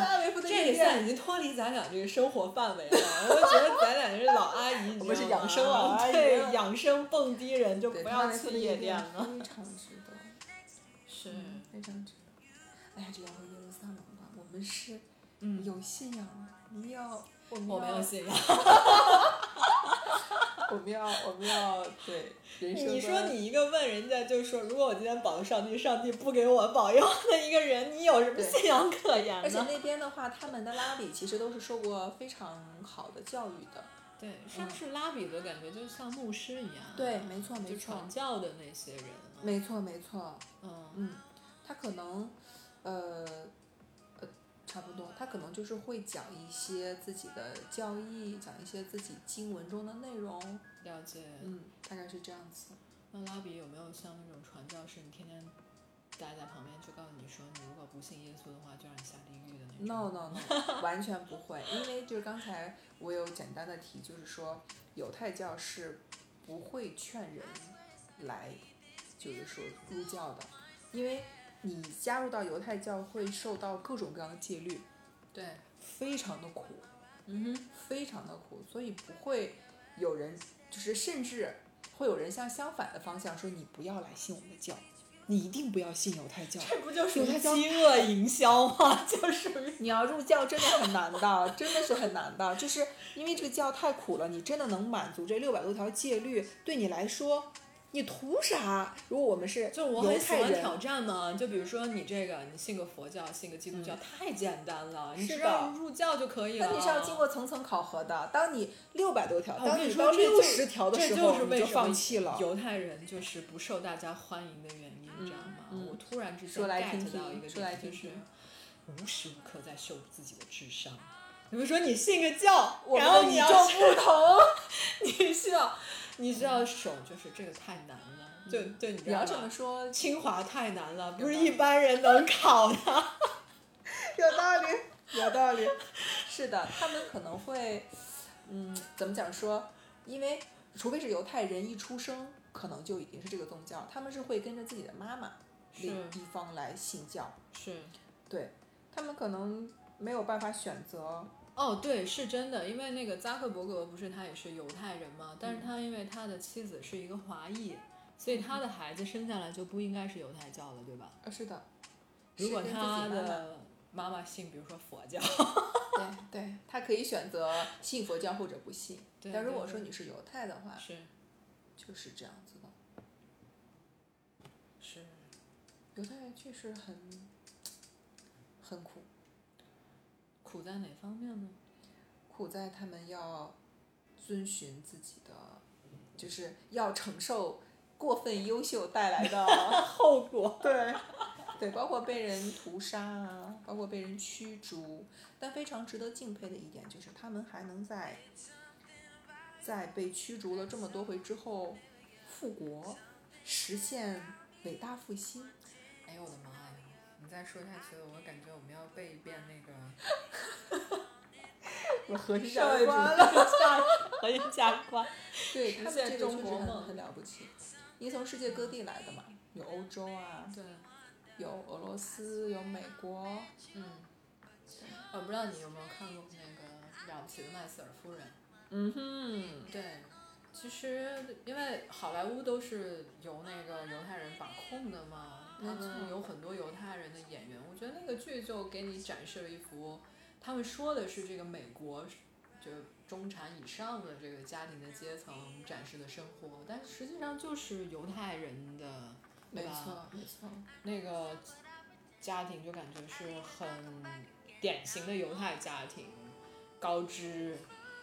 Speaker 2: 阿维夫的
Speaker 1: 这个
Speaker 2: 夜
Speaker 1: 现在
Speaker 2: 店，
Speaker 1: 已经脱离咱俩这个生活范围了，我觉得咱俩是老阿姨，
Speaker 2: 我们是
Speaker 1: 你知道吗
Speaker 2: 养生老阿
Speaker 1: (laughs)
Speaker 2: 姨
Speaker 1: 对，养生蹦迪人就
Speaker 2: 对
Speaker 1: 不
Speaker 2: 阿
Speaker 1: 要
Speaker 2: 维
Speaker 1: 去
Speaker 2: 夫的
Speaker 1: 夜
Speaker 2: 夜
Speaker 1: 店
Speaker 2: 店
Speaker 1: 了。 (laughs)
Speaker 3: 非常值得，
Speaker 1: 是
Speaker 3: 嗯，非常值得。哎呀，聊回耶路撒冷吧，我们是
Speaker 1: 嗯
Speaker 3: 有信仰的，我们要，我们
Speaker 1: 我没有
Speaker 3: 要
Speaker 1: 信仰。
Speaker 2: 我们要我们
Speaker 1: (laughs)
Speaker 2: 要对人生。
Speaker 1: 你说你一个问人家，就是说，如果我今天保佑上帝，上帝不给我保佑的一个人，你有什么
Speaker 2: 对
Speaker 1: 信仰可言
Speaker 2: 而且
Speaker 1: 呢？
Speaker 2: 那边的话，他们的拉比其实都是受过非常好的教育的。
Speaker 1: 对，上次拉比的感觉就像牧师一样，
Speaker 2: 对，没错，
Speaker 1: 啊就
Speaker 2: 没错
Speaker 1: 传，教的那些人，
Speaker 2: 没错，没错。
Speaker 1: 嗯
Speaker 2: 嗯，他可能，呃，呃，差不多，他可能就是会讲一些自己的教义，讲一些自己经文中的内容。
Speaker 1: 了解。
Speaker 2: 嗯，大概是这样子。
Speaker 1: 那拉比有没有像那种传教士，你天天待在旁边就告诉你说，你如果不信耶稣的话，就让你下地狱的那种
Speaker 2: No no no，完 (laughs) 全不会，因为就是刚才我有简单的提，就是说犹太教是不会劝人来，就是说入教的，因为你加入到犹太教会受到各种各样的戒律，
Speaker 1: 对，
Speaker 2: 非常的苦，
Speaker 1: 嗯哼，
Speaker 2: 非常的苦，所以不会有人就是甚至会有人向相反的方向说你不要来信我们的教，你一定不要信犹太教。
Speaker 1: 这不就属
Speaker 2: 有
Speaker 1: 于
Speaker 2: 他教
Speaker 1: 饥饿营销
Speaker 2: (laughs)
Speaker 1: 吗？就属于
Speaker 2: 你要入教真的很难的，真的是很难的，就是因为这个教太苦了，你真的能满足这六百多条戒律，对你来说，你图啥？如果我们是
Speaker 1: 就我很喜欢
Speaker 2: 犹太人
Speaker 1: 挑战嘛，就比如说你这个，你信个佛教，信个基督教，太简单了，你
Speaker 2: 嗯是
Speaker 1: 只
Speaker 2: 的
Speaker 1: 要入教就可以了。
Speaker 2: 那你是要经过层层考核的。当你六百多条，
Speaker 1: 啊我
Speaker 2: 当
Speaker 1: 跟你
Speaker 2: 到
Speaker 1: 说，这
Speaker 2: 六
Speaker 1: 就
Speaker 2: 十条的时
Speaker 1: 这
Speaker 2: 候，
Speaker 1: 就是
Speaker 2: 你
Speaker 1: 为
Speaker 2: 就
Speaker 1: 什么
Speaker 2: 放弃了。
Speaker 1: 犹太人就是不受大家欢迎的原因，你知道吗？
Speaker 2: 嗯
Speaker 1: 我突然之间
Speaker 2: 说来
Speaker 1: get
Speaker 2: 听
Speaker 1: 到一
Speaker 2: 听
Speaker 1: 个
Speaker 2: 说来
Speaker 1: 点，就
Speaker 2: 听
Speaker 1: 是
Speaker 2: 听
Speaker 1: 无时无刻在秀自己的智商。比如说你信个教，
Speaker 2: 我们
Speaker 1: 然后
Speaker 2: 的
Speaker 1: 你
Speaker 2: 与
Speaker 1: 要
Speaker 2: 众不同，
Speaker 1: (laughs) 你需要你需要手，就是这个太难了，就对你知
Speaker 2: 嗯你
Speaker 1: 道
Speaker 2: 要这
Speaker 1: 吗
Speaker 2: 么？说，
Speaker 1: 清华太难了，不
Speaker 2: 有
Speaker 1: 是
Speaker 2: 道理
Speaker 1: 一般人能考的。
Speaker 2: 有道理，有道理。 (laughs) 是的，他们可能会，嗯，怎么讲说？因为除非是犹太人一出生，可能就已经是这个宗教，他们是会跟着自己的妈妈
Speaker 1: 是
Speaker 2: 那一方来信教，
Speaker 1: 是，
Speaker 2: 对他们可能没有办法选择。
Speaker 1: 哦，对，是真的，因为那个扎克伯格不是他也是犹太人嘛，但是他因为他的妻子是一个华裔，所以他的孩子生下来就不应该是犹太教了，对吧？
Speaker 2: 呃，是的，
Speaker 1: 如果
Speaker 2: 是跟自己
Speaker 1: 他
Speaker 2: 妈妈
Speaker 1: 的妈妈信，比如说佛教，
Speaker 2: 对 (laughs) 对，他可以选择信佛教或者不信。
Speaker 1: (laughs) 对
Speaker 2: 但如
Speaker 1: 对
Speaker 2: 果
Speaker 1: 对
Speaker 2: 说你是犹太的话，
Speaker 1: 是
Speaker 2: 就是这样子的。
Speaker 1: 是，
Speaker 2: 犹太人确实很很苦。
Speaker 1: 苦在哪方面呢？
Speaker 2: 苦在他们要遵循自己的，就是要承受过分优秀带来的 (laughs) 后果。对，对，包括被人屠杀啊，包括被人驱逐。但非常值得敬佩的一点就是，他们还能在在被驱逐了这么多回之后复国，实现伟大复兴。
Speaker 1: 哎呦我的妈呀！你再说下去，我感觉我们要背一遍那个 (laughs)
Speaker 2: 我合适
Speaker 1: 上位主
Speaker 2: 了。
Speaker 1: 核心价值观。
Speaker 2: (laughs) 对他们
Speaker 1: 现
Speaker 2: 这个确
Speaker 1: 中
Speaker 2: 实
Speaker 1: 国
Speaker 2: 很
Speaker 1: 梦
Speaker 2: 很了不起，因为从世界各地来的嘛，有欧洲啊，
Speaker 1: (laughs) 对，
Speaker 2: 有俄罗斯，有美国，
Speaker 1: 嗯，我不知道你有没有看过那个《了不起的麦瑟尔夫人》。
Speaker 2: 嗯哼，
Speaker 1: 对，其实因为好莱坞都是由那个犹太人把控的嘛，他
Speaker 2: 没错
Speaker 1: 们有很多犹太人的演员，我觉得那个剧就给你展示了一幅，他们说的是这个美国就中产以上的这个家庭的阶层展示的生活，但实际上就是犹太人的
Speaker 2: 没
Speaker 1: 对吧
Speaker 2: 错没错，
Speaker 1: 那个家庭，就感觉是很典型的犹太家庭，高知，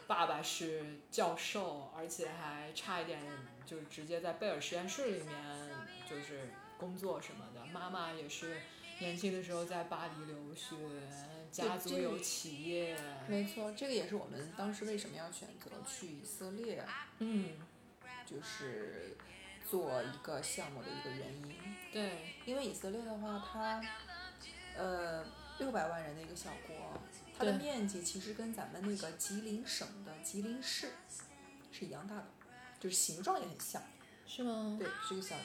Speaker 1: 爸爸是教授，而且还差一点就直接在贝尔实验室里面就是工作什么的，妈妈也是。年轻的时候在巴黎留学，家族
Speaker 2: 这
Speaker 1: 有企业，
Speaker 2: 没错，这个也是我们当时为什么要选择去以色列，
Speaker 1: 嗯，
Speaker 2: 就是做一个项目的一个原因，
Speaker 1: 对，
Speaker 2: 因为以色列的话，它呃六百万人的一个小国，它的
Speaker 1: 对
Speaker 2: 面积其实跟咱们那个吉林省的吉林市是一样大的，就是形状也很像。
Speaker 1: 是吗？
Speaker 2: 对，是个小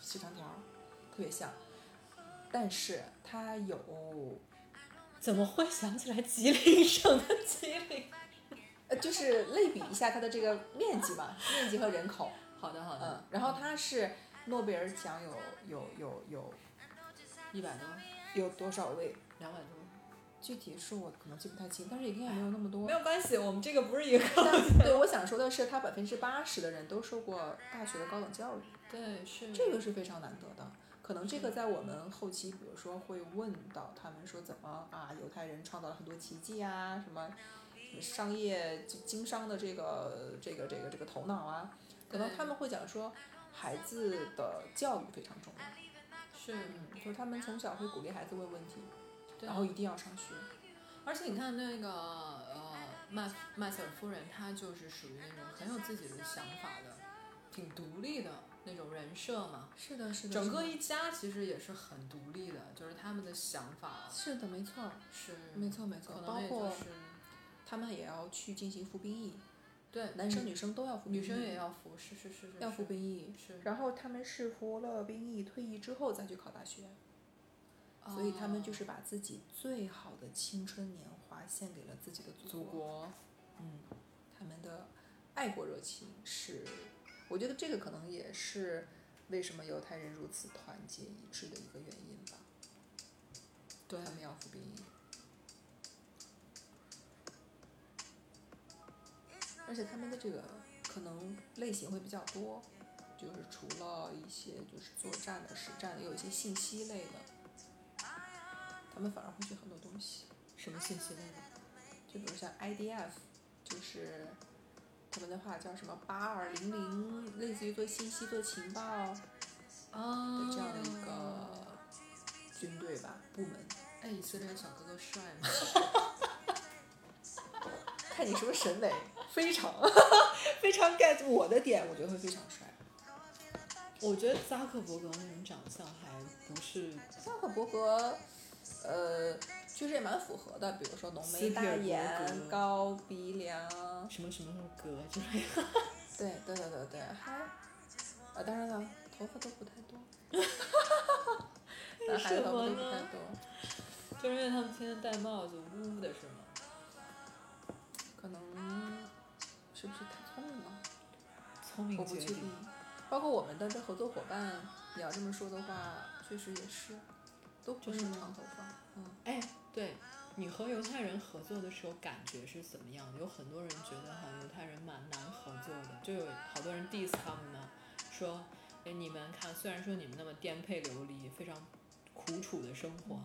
Speaker 2: 细长条儿，特别像。但是它有
Speaker 1: 怎么会想起来吉林省的吉林？
Speaker 2: 呃，就是类比一下它的这个面积嘛，面积和人口，
Speaker 1: (laughs) 好的好
Speaker 2: 嗯
Speaker 1: 的，，
Speaker 2: 然后它是诺贝尔奖有有有有
Speaker 1: 嗯一百多，
Speaker 2: 有多少位？
Speaker 1: 两百多。
Speaker 2: 具体数我可能记不太清，但是应该也没有那么多
Speaker 1: 没。有关系，我们这个不是
Speaker 2: (laughs)
Speaker 1: 一个。
Speaker 2: 但对，我想说的是，他百分之八十的人都受过大学的高等教育，
Speaker 1: 对，是
Speaker 2: 这个是非常难得的。可能这个在我们后期，比如说会问到他们说怎么啊，犹太人创造了很多奇迹啊，什么什么商业就经商的这个这个这个这个头脑啊，可能
Speaker 1: 对
Speaker 2: 他们会讲说孩子的教育非常重要，
Speaker 1: 是，
Speaker 2: 嗯，就是他们从小会鼓励孩子问问题，
Speaker 1: 对
Speaker 2: 然后一定要上学，
Speaker 1: 而且你看那个呃麦麦瑟尔夫人，她就是属于那种很有自己的想法的，挺独立的那种人设嘛。
Speaker 2: 是的，是
Speaker 1: 整个一家其实也是很独立的，就是他们的想法
Speaker 2: 是的，没错，
Speaker 1: 是，
Speaker 2: 没错，没错，
Speaker 1: 可
Speaker 2: 包
Speaker 1: 能也就
Speaker 2: 括
Speaker 1: 是
Speaker 2: 他们也要去进行服兵役，
Speaker 1: 对
Speaker 2: 男嗯生女生都要服兵役，
Speaker 1: 女生也要服，是是是是
Speaker 2: 要服
Speaker 1: 是
Speaker 2: 兵役。
Speaker 1: 是，
Speaker 2: 然后他们是服了兵役，退役之后再去考大学，所以他们
Speaker 1: 哦
Speaker 2: 就是把自己最好的青春年华献给了自己的
Speaker 1: 哦
Speaker 2: 祖
Speaker 1: 祖国，
Speaker 2: 嗯，他们的爱国热情是，我觉得这个可能也是为什么犹太人如此团结一致的一个原因吧。
Speaker 1: 对
Speaker 2: 他们要服兵役。而且他们的这个可能类型会比较多，就是除了一些就是作战的、实战的，也有一些信息类的，他们反而会学很多东西。
Speaker 1: 什么信息类的？
Speaker 2: 就比如像 IDF，就是他们的话叫什么八二零零，类似于做信息、做情报的
Speaker 1: 啊
Speaker 2: 这样的一个军队吧部门。
Speaker 1: 哎，以色列小哥哥帅吗？
Speaker 2: 看你什么审美，非常 (laughs) 非常 get 我的点，我觉得会非常帅。
Speaker 1: 我觉得扎克伯格那种长相还不是
Speaker 2: 扎克伯格，呃，其实也蛮符合的，比如说浓眉
Speaker 1: 斯
Speaker 2: 大
Speaker 1: 皮尔伯
Speaker 2: 眼、
Speaker 1: 格
Speaker 2: 高鼻梁，
Speaker 1: 什么什么什么格之类的。
Speaker 2: 对对对对对，还，呃，当然了，头发都不太多， (laughs) 男孩子头发都不太多，
Speaker 1: 就是因为他们天天戴帽子，呜呜的是吗？
Speaker 2: 可能是不是太聪明了？
Speaker 1: 聪明
Speaker 2: 我不
Speaker 1: 绝
Speaker 2: 确
Speaker 1: 顶
Speaker 2: 定。包括我们的这合作伙伴，你要这么说的话，确实也是，都不是
Speaker 1: 真的吗
Speaker 2: 长头发，嗯。
Speaker 1: 哎，对，你和犹太人合作的时候感觉是怎么样的？有很多人觉得好像犹太人蛮难合作的，就有好多人 diss 他们嘛，说，哎，你们看，虽然说你们那么颠沛流离，非常苦楚的生活啊，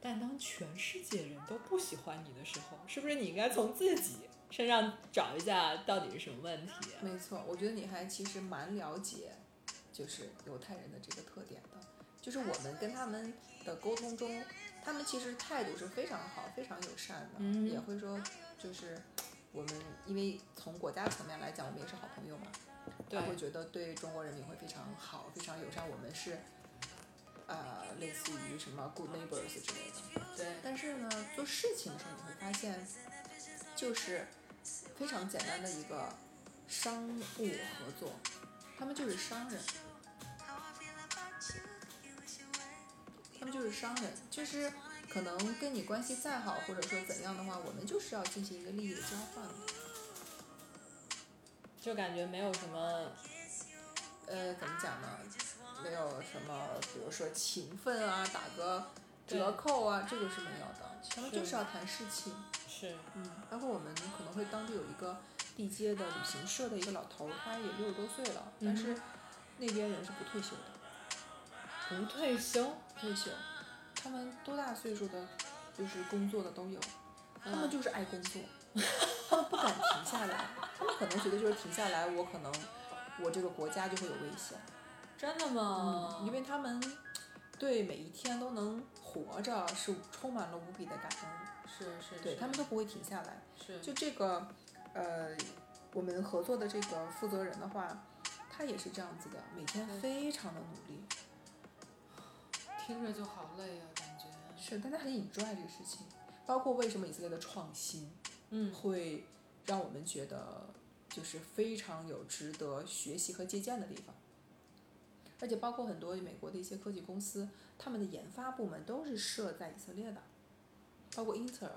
Speaker 1: 但当全世界人都不喜欢你的时候，是不是你应该从自己身上找一下到底是什么问题？
Speaker 2: 没错，我觉得你还其实蛮了解，就是犹太人的这个特点的，就是我们跟他们的沟通中，他们其实态度是非常好、非常友善的，
Speaker 1: 嗯
Speaker 2: 也会说就是我们因为从国家层面来讲，我们也是好朋友嘛，
Speaker 1: 对
Speaker 2: 他会觉得对中国人民会非常好、非常友善，我们是。呃，类似于什么 good neighbors 之类的，
Speaker 1: 对，
Speaker 2: 但是呢，做事情的时候你会发现，就是非常简单的一个商务合作，他们就是商人，他们就是商人，就是可能跟你关系再好，或者说怎样的话，我们就是要进行一个利益的交换的。
Speaker 1: 就感觉没有什么
Speaker 2: 呃，怎么讲呢？没有什么，比如说情分啊，打个折扣啊，这个是没有的。他们
Speaker 1: 是
Speaker 2: 就是要谈事情。
Speaker 1: 是
Speaker 2: 嗯，包括我们可能会当地有一个地接的旅行社的一个老头儿，他也六十多岁了，但是那边人是不退休的，
Speaker 1: 不退休，
Speaker 2: 不退休，他们多大岁数的，就是工作的都有，
Speaker 1: 嗯
Speaker 2: 他们就是爱工作，他们不敢停下来，他们可能觉得就是停下来，我可能我这个国家就会有危险，
Speaker 1: 真的吗？
Speaker 2: 因为他们对每一天都能活着是充满了无比的感恩，
Speaker 1: 嗯是是，
Speaker 2: 对
Speaker 1: 是
Speaker 2: 他们都不会停下来。
Speaker 1: 是
Speaker 2: 就这个，呃，我们合作的这个负责人的话，他也是这样子的，每天非常的努力。
Speaker 1: 听着就好累啊，感觉。
Speaker 2: 是，但他很 enjoy 这个事情。包括为什么以色列的创新
Speaker 1: 嗯，
Speaker 2: 会让我们觉得就是非常有值得学习和借鉴的地方。而且包括很多美国的一些科技公司，他们的研发部门都是设在以色列的，包括英特尔、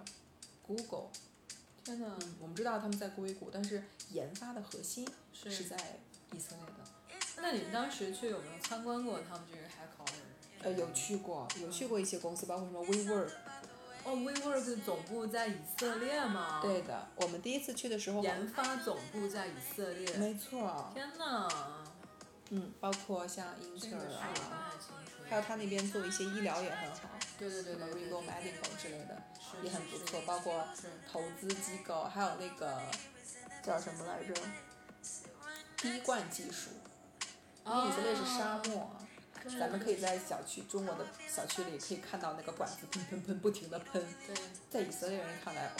Speaker 2: Google。天呐，我们知道他们在硅谷，但是研发的核心
Speaker 1: 是
Speaker 2: 是在以色列的。
Speaker 1: 那你们当时去有没有参观过他们这个 headquarter？
Speaker 2: 呃，有去过，有
Speaker 1: 嗯
Speaker 2: 去过一些公司，包括什么 WeWork。
Speaker 1: 哦，WeWork 总部在以色列吗？，
Speaker 2: 对的，我们第一次去的时候，啊
Speaker 1: 研发总部在以色列。
Speaker 2: 没错，
Speaker 1: 天呐，
Speaker 2: 嗯，包括像英
Speaker 1: 这
Speaker 2: 特
Speaker 1: 个
Speaker 2: 尔
Speaker 1: 是我太
Speaker 2: 啊，
Speaker 1: 清楚
Speaker 2: 还有他那边做一些医疗也很好，
Speaker 1: 对对对
Speaker 2: 什么
Speaker 1: 对对
Speaker 2: Regal
Speaker 1: 对，
Speaker 2: Medical 之类的
Speaker 1: 是
Speaker 2: 也很
Speaker 1: 是
Speaker 2: 不
Speaker 1: 是
Speaker 2: 错，包括
Speaker 1: 是
Speaker 2: 投资机构，还有那个叫什么来着？滴灌技术，因为以色列是沙漠，
Speaker 1: 哦
Speaker 2: 啊
Speaker 1: 对
Speaker 2: 咱们可以在小区中国的小区里可以看到那个管子喷喷喷不停的喷，
Speaker 1: 对，
Speaker 2: 在以色列人看来，哇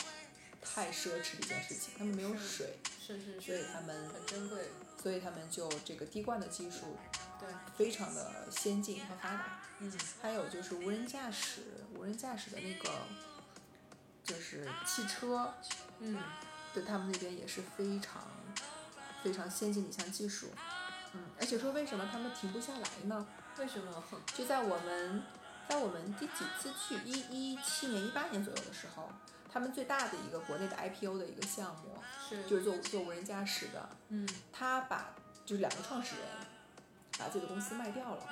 Speaker 2: 太奢侈的一件事情，他们没有水，
Speaker 1: 是是
Speaker 2: 所以
Speaker 1: 是，
Speaker 2: 他们
Speaker 1: 很珍贵。
Speaker 2: 所以他们就这个滴灌的技术
Speaker 1: 对，
Speaker 2: 非常的先进和发达。
Speaker 1: 嗯，
Speaker 2: 还有就是无人驾驶，无人驾驶的那个就是汽车，
Speaker 1: 嗯，
Speaker 2: 对他们那边也是非常非常先进的一项技术。嗯，而且说为什么他们停不下来呢？
Speaker 1: 为什么？
Speaker 2: 就在我们在我们第几次去一一七年、一八年左右的时候，他们最大的一个国内的 IPO 的一个项目，
Speaker 1: 是
Speaker 2: (laughs) 就是做做无人驾驶的，
Speaker 1: 嗯，
Speaker 2: 他把就是两个创始人把自己的公司卖掉了。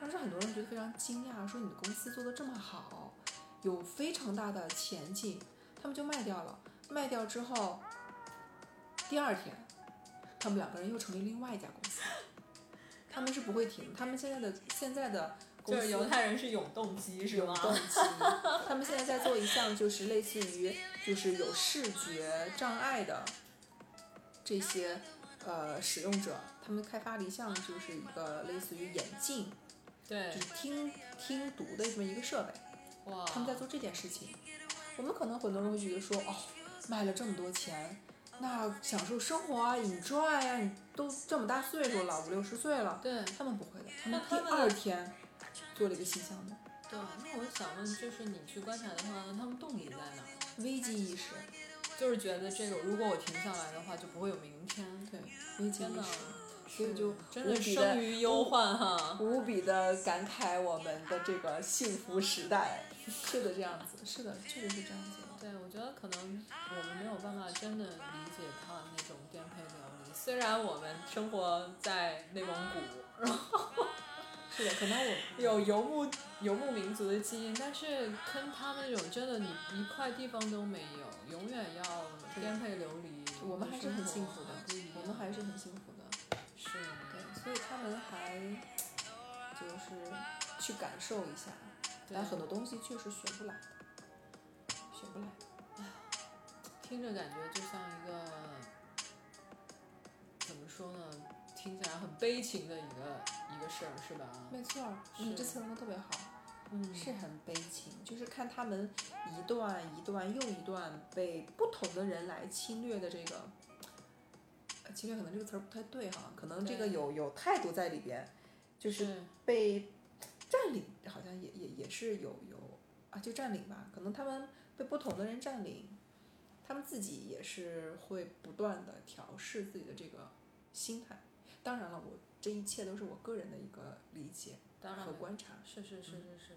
Speaker 2: 当时很多人觉得非常惊讶，说你的公司做的这么好，有非常大的前景，他们就卖掉了。卖掉之后，第二天，他们两个人又成立另外一家公司。他们是不会停，他们现在的现在的公
Speaker 1: 就
Speaker 2: 司
Speaker 1: 是犹太人是永动机是吗？
Speaker 2: 动机。他们现在在做一项就是类似于就是有视觉障碍的这些呃使用者，他们开发了一项就是一个类似于眼镜，就
Speaker 1: 对
Speaker 2: 是，听听读的这么一个设备，
Speaker 1: 哇，
Speaker 2: 他们在做这件事情。我们可能很多人会觉得说，哦，卖了这么多钱，那享受生活啊，enjoy 啊，你都这么大岁数了，五六十岁了，
Speaker 1: 对
Speaker 2: 他们不会的，他
Speaker 1: 那
Speaker 2: 们第
Speaker 1: 他们
Speaker 2: 二天做了一个新项目，
Speaker 1: 对，那我想问，就是你去观察的话，他们动力在哪儿？
Speaker 2: 危机意识。
Speaker 1: 就是觉得这个，如果我停下来的话，就不会有明天。
Speaker 2: 对，危机
Speaker 1: 天
Speaker 2: 意
Speaker 1: 哪
Speaker 2: 识，所以嗯就是
Speaker 1: 真的
Speaker 2: 无比
Speaker 1: 生
Speaker 2: 地
Speaker 1: 于忧患哈。
Speaker 2: 无比的感慨我们的这个幸福时代。是的，这样子，是的，确实是这样子的。
Speaker 1: 对，我觉得可能我们没有办法真的理解他那种颠沛流离。虽然我们生活在内蒙古，
Speaker 2: 是的，可能我
Speaker 1: 有游牧游牧民族的基因，但是跟他们那种真的你一块地方都没有，永远要颠沛流离。
Speaker 2: 我们还是很幸福
Speaker 1: 生
Speaker 2: 的
Speaker 1: 活很不一样，
Speaker 2: 我们还是很幸福的。
Speaker 1: 是
Speaker 2: 对，所以他们还就是去感受一下，但很多东西确实学不来的，学不来的。
Speaker 1: 听着感觉就像一个怎么说呢，听起来很悲情的一个一个事儿，是吧？
Speaker 2: 没错儿，你这
Speaker 1: 是
Speaker 2: 词儿用的特别好。
Speaker 1: 嗯，
Speaker 2: 是很悲情，就是看他们一段一段又一段被不同的人来侵略的这个，呃侵略可能这个词儿不太对哈，可能这个
Speaker 1: 对
Speaker 2: 有有态度在里边，就是
Speaker 1: 是
Speaker 2: 被占领，好像也也也是有有啊，就占领吧，可能他们被不同的人占领，他们自己也是会不断的调试自己的这个心态。当然了，我这一切都是我个人的一个理解
Speaker 1: 当然
Speaker 2: 和观察。
Speaker 1: 是是是是是，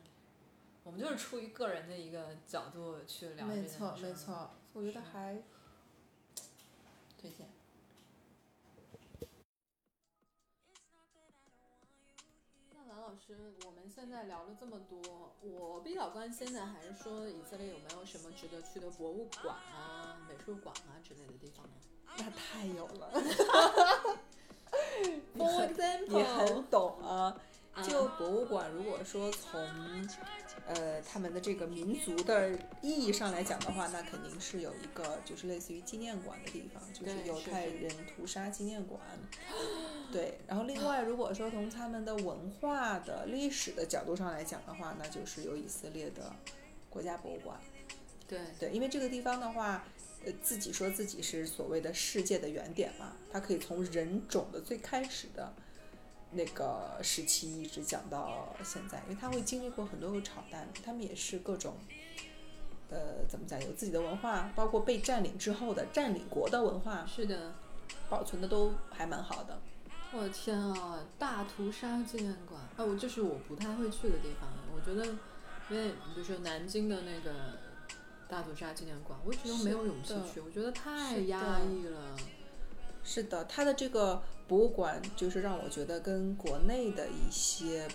Speaker 1: 我们就是出于个人的一个角度去聊这
Speaker 2: 没
Speaker 1: 件事
Speaker 2: 错
Speaker 1: 儿，
Speaker 2: 没错，我觉得
Speaker 1: 是
Speaker 2: 还啊推荐。
Speaker 1: 那蓝老师，我们现在聊了这么多，我比较关心的还是说以色列有没有什么值得去的博物馆啊、美术馆啊之类的地方呢
Speaker 2: 那太有 (laughs) 了，
Speaker 1: ？For
Speaker 2: 你
Speaker 1: example，
Speaker 2: 很懂啊。
Speaker 1: 啊
Speaker 2: 就博物馆，如果说从呃他们的这个民族的意义上来讲的话，那肯定是有一个就是类似于纪念馆的地方，就是
Speaker 1: 对
Speaker 2: 犹
Speaker 1: 是
Speaker 2: 太
Speaker 1: 是
Speaker 2: 人屠杀纪念 (laughs) 馆。对，然后另外如果说从他们的文化的历史的角度上来讲的话，那就是有以色列的国家博物馆。
Speaker 1: 对
Speaker 2: 对，因为这个地方的话，呃，自己说自己是所谓的世界的原点嘛，它可以从人种的最开始的那个时期一直讲到现在，因为它会经历过很多个朝代，他们也是各种。呃，怎么讲？有自己的文化，包括被占领之后的占领国的文化
Speaker 1: 是的，
Speaker 2: 保存的都还蛮好的。
Speaker 1: 我的天啊！大屠杀纪念馆，哎，我这是我不太会去的地方。我觉得因为比如说南京的那个大屠杀纪念馆，我一直都没有勇气
Speaker 2: 是的
Speaker 1: 去，我觉得太
Speaker 2: 是的
Speaker 1: 压抑了。啊
Speaker 2: 是的，它的这个博物馆就是让我觉得跟国内的一些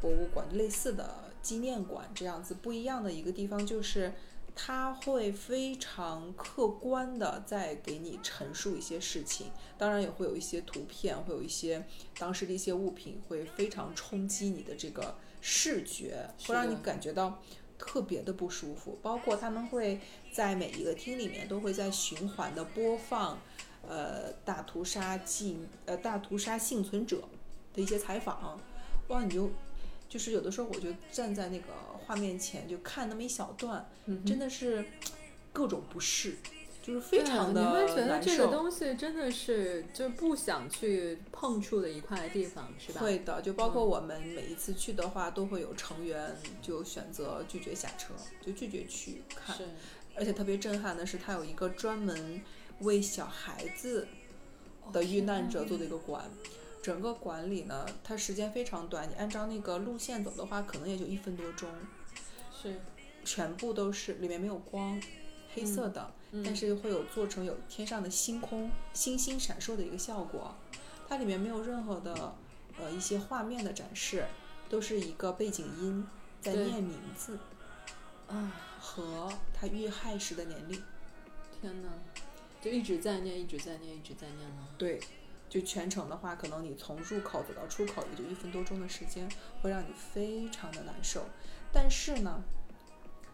Speaker 2: 博物馆类似的纪念馆这样子不一样的一个地方，就是它会非常客观的在给你陈述一些事情，当然也会有一些图片，会有一些当时的一些物品，会非常冲击你的这个视觉，
Speaker 1: 是
Speaker 2: 会让你
Speaker 1: 的
Speaker 2: 感觉到。特别的不舒服，包括他们会在每一个厅里面都会在循环的播放呃大屠杀记呃大屠杀幸存者的一些采访，哇，你就就是有的时候我就站在那个画面前就看那么一小段，
Speaker 1: 嗯哼
Speaker 2: 真的是各种不适，就是非常的
Speaker 1: 对你会觉得
Speaker 2: 难
Speaker 1: 这个
Speaker 2: 受。
Speaker 1: 东西真的是就是不想去碰触的一块地方，是吧？
Speaker 2: 会的，就包括
Speaker 1: 嗯
Speaker 2: 我们每一次去的话，都会有成员就选择拒绝下车，就拒绝去看。
Speaker 1: 是，
Speaker 2: 而且特别震撼的是，它有一个专门为小孩子
Speaker 1: 哦
Speaker 2: 的遇难者做的一个馆。整个馆里呢，它时间非常短，你按照那个路线走的话，可能也就一分多钟。
Speaker 1: 是，
Speaker 2: 全部都是里面没有光，黑色的，
Speaker 1: 嗯
Speaker 2: 但是会有做成有天上的星空、星星闪烁的一个效果。它里面没有任何的呃一些画面的展示，都是一个背景音在
Speaker 1: 对
Speaker 2: 念名字
Speaker 1: 啊，
Speaker 2: 和他遇害时的年龄。
Speaker 1: 天哪，就一直在念，一直在念，一直在念吗？
Speaker 2: 对，就全程的话，可能你从入口走到出口也就一分多钟的时间，会让你非常的难受。但是呢，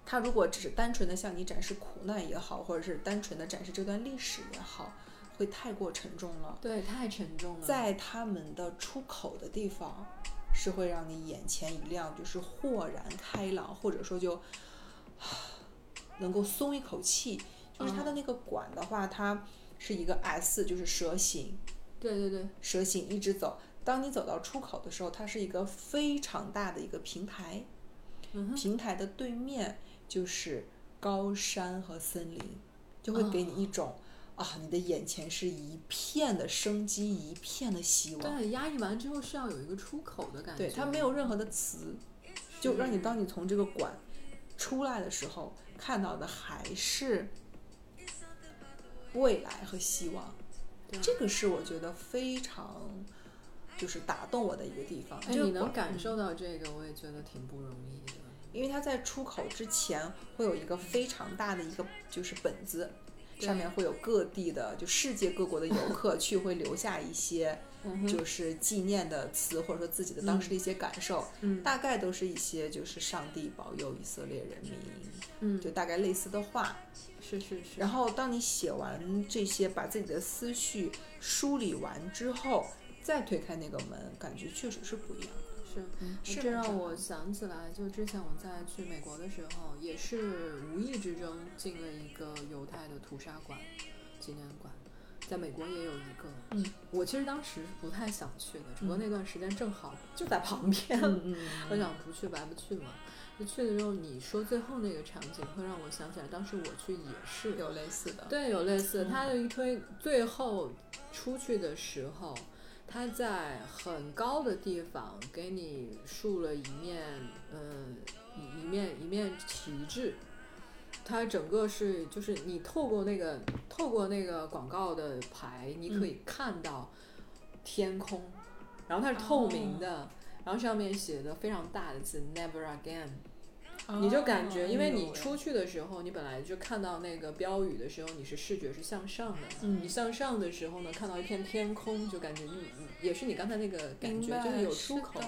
Speaker 2: 它如果只是单纯的向你展示苦难也好，或者是单纯的展示这段历史也好，会太过沉重了。
Speaker 1: 对，太沉重了。
Speaker 2: 在他们的出口的地方，是会让你眼前一亮，就是豁然开朗，或者说就能够松一口气。就是它的那个管的话，它是一个 S，就是蛇形，
Speaker 1: 对对对，
Speaker 2: 蛇形一直走。当你走到出口的时候，它是一个非常大的一个平台，
Speaker 1: 嗯哼，
Speaker 2: 平台的对面就是高山和森林，就会给你一种、
Speaker 1: 哦
Speaker 2: 啊，你的眼前是一片的生机，一片的希望。
Speaker 1: 对，压抑完之后是要有一个出口的感觉。
Speaker 2: 对，它没有任何的词，就让你当你从这个馆出来的时候，看到的还是未来和希望
Speaker 1: 对。啊
Speaker 2: 这个是我觉得非常就是打动我的一嗯个地方。
Speaker 1: 哎，
Speaker 2: 这个
Speaker 1: 你能
Speaker 2: 馆
Speaker 1: 感受到这个，我也觉得挺不容易的。
Speaker 2: 因为它在出口之前会有一个非常大的一个就是本子，
Speaker 1: 对
Speaker 2: 上面会有各地的就世界各国的游客去会留下一些
Speaker 1: 嗯哼，
Speaker 2: 就是纪念的词，或者说自己的当时的一些感受，
Speaker 1: 嗯
Speaker 2: 大概都是一些就是上帝保佑以色列人民，
Speaker 1: 嗯，
Speaker 2: 就大概类似的话。
Speaker 1: 是是是。
Speaker 2: 然后当你写完这些，把自己的思绪梳理完之后，再推开那个门，感觉确实是不一样的。
Speaker 1: 是，
Speaker 2: 是
Speaker 1: 嗯
Speaker 2: 嗯
Speaker 1: 这让
Speaker 2: 很
Speaker 1: 我想起来，就之前我在去美国的时候，也是无意之中进了一个犹太的屠杀馆、纪念馆，在美国也有一个。
Speaker 2: 嗯，
Speaker 1: 我其实当时是不太想去的，只不过
Speaker 2: 嗯
Speaker 1: 那段时间正好就在旁边，
Speaker 2: 嗯
Speaker 1: 我想 (laughs) 不去白不去嘛。就去的时候，你说最后那个场景会让我想起来，当时我去也是
Speaker 2: 有类似的，
Speaker 1: 对，有类似。
Speaker 2: 嗯
Speaker 1: 他的一推最后出去的时候，他在很高的地方给你竖了一面，嗯，一一面一面旗帜。它整个是就是你透过那个透过那个广告的牌，你可以
Speaker 2: 嗯
Speaker 1: 看到天空，然后它是透明
Speaker 2: 哦
Speaker 1: 的，然后上面写的非常大的字 “Never Again”。你就感觉，因为你出去的时候，你本来就看到那个标语的时候，你是视觉是向上的，
Speaker 2: 嗯
Speaker 1: 你向上的时候呢，看到一片天空，就感觉你也是你刚才那个感觉，就是有出口，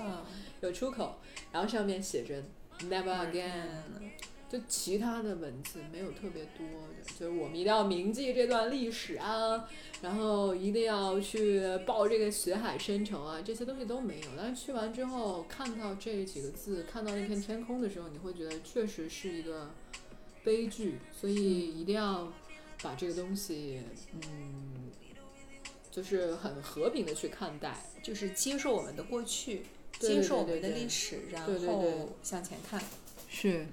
Speaker 1: 有出口，然后上面写着 Never Again，就其他的文字没有特别多的，就是我们一定要铭记这段历史啊，然后一定要去报这个血海深仇啊，这些东西都没有。但是去完之后，看到这几个字，看到那片天空的时候，你会觉得确实是一个悲剧，所以一定要把这个东西，嗯，就是很和平的去看待。
Speaker 2: 就是接受我们的过去，
Speaker 1: 对
Speaker 2: 接受我
Speaker 1: 对
Speaker 2: 们
Speaker 1: 对
Speaker 2: 的
Speaker 1: 对
Speaker 2: 历史，然
Speaker 1: 对对对
Speaker 2: 后向前看。
Speaker 1: 是。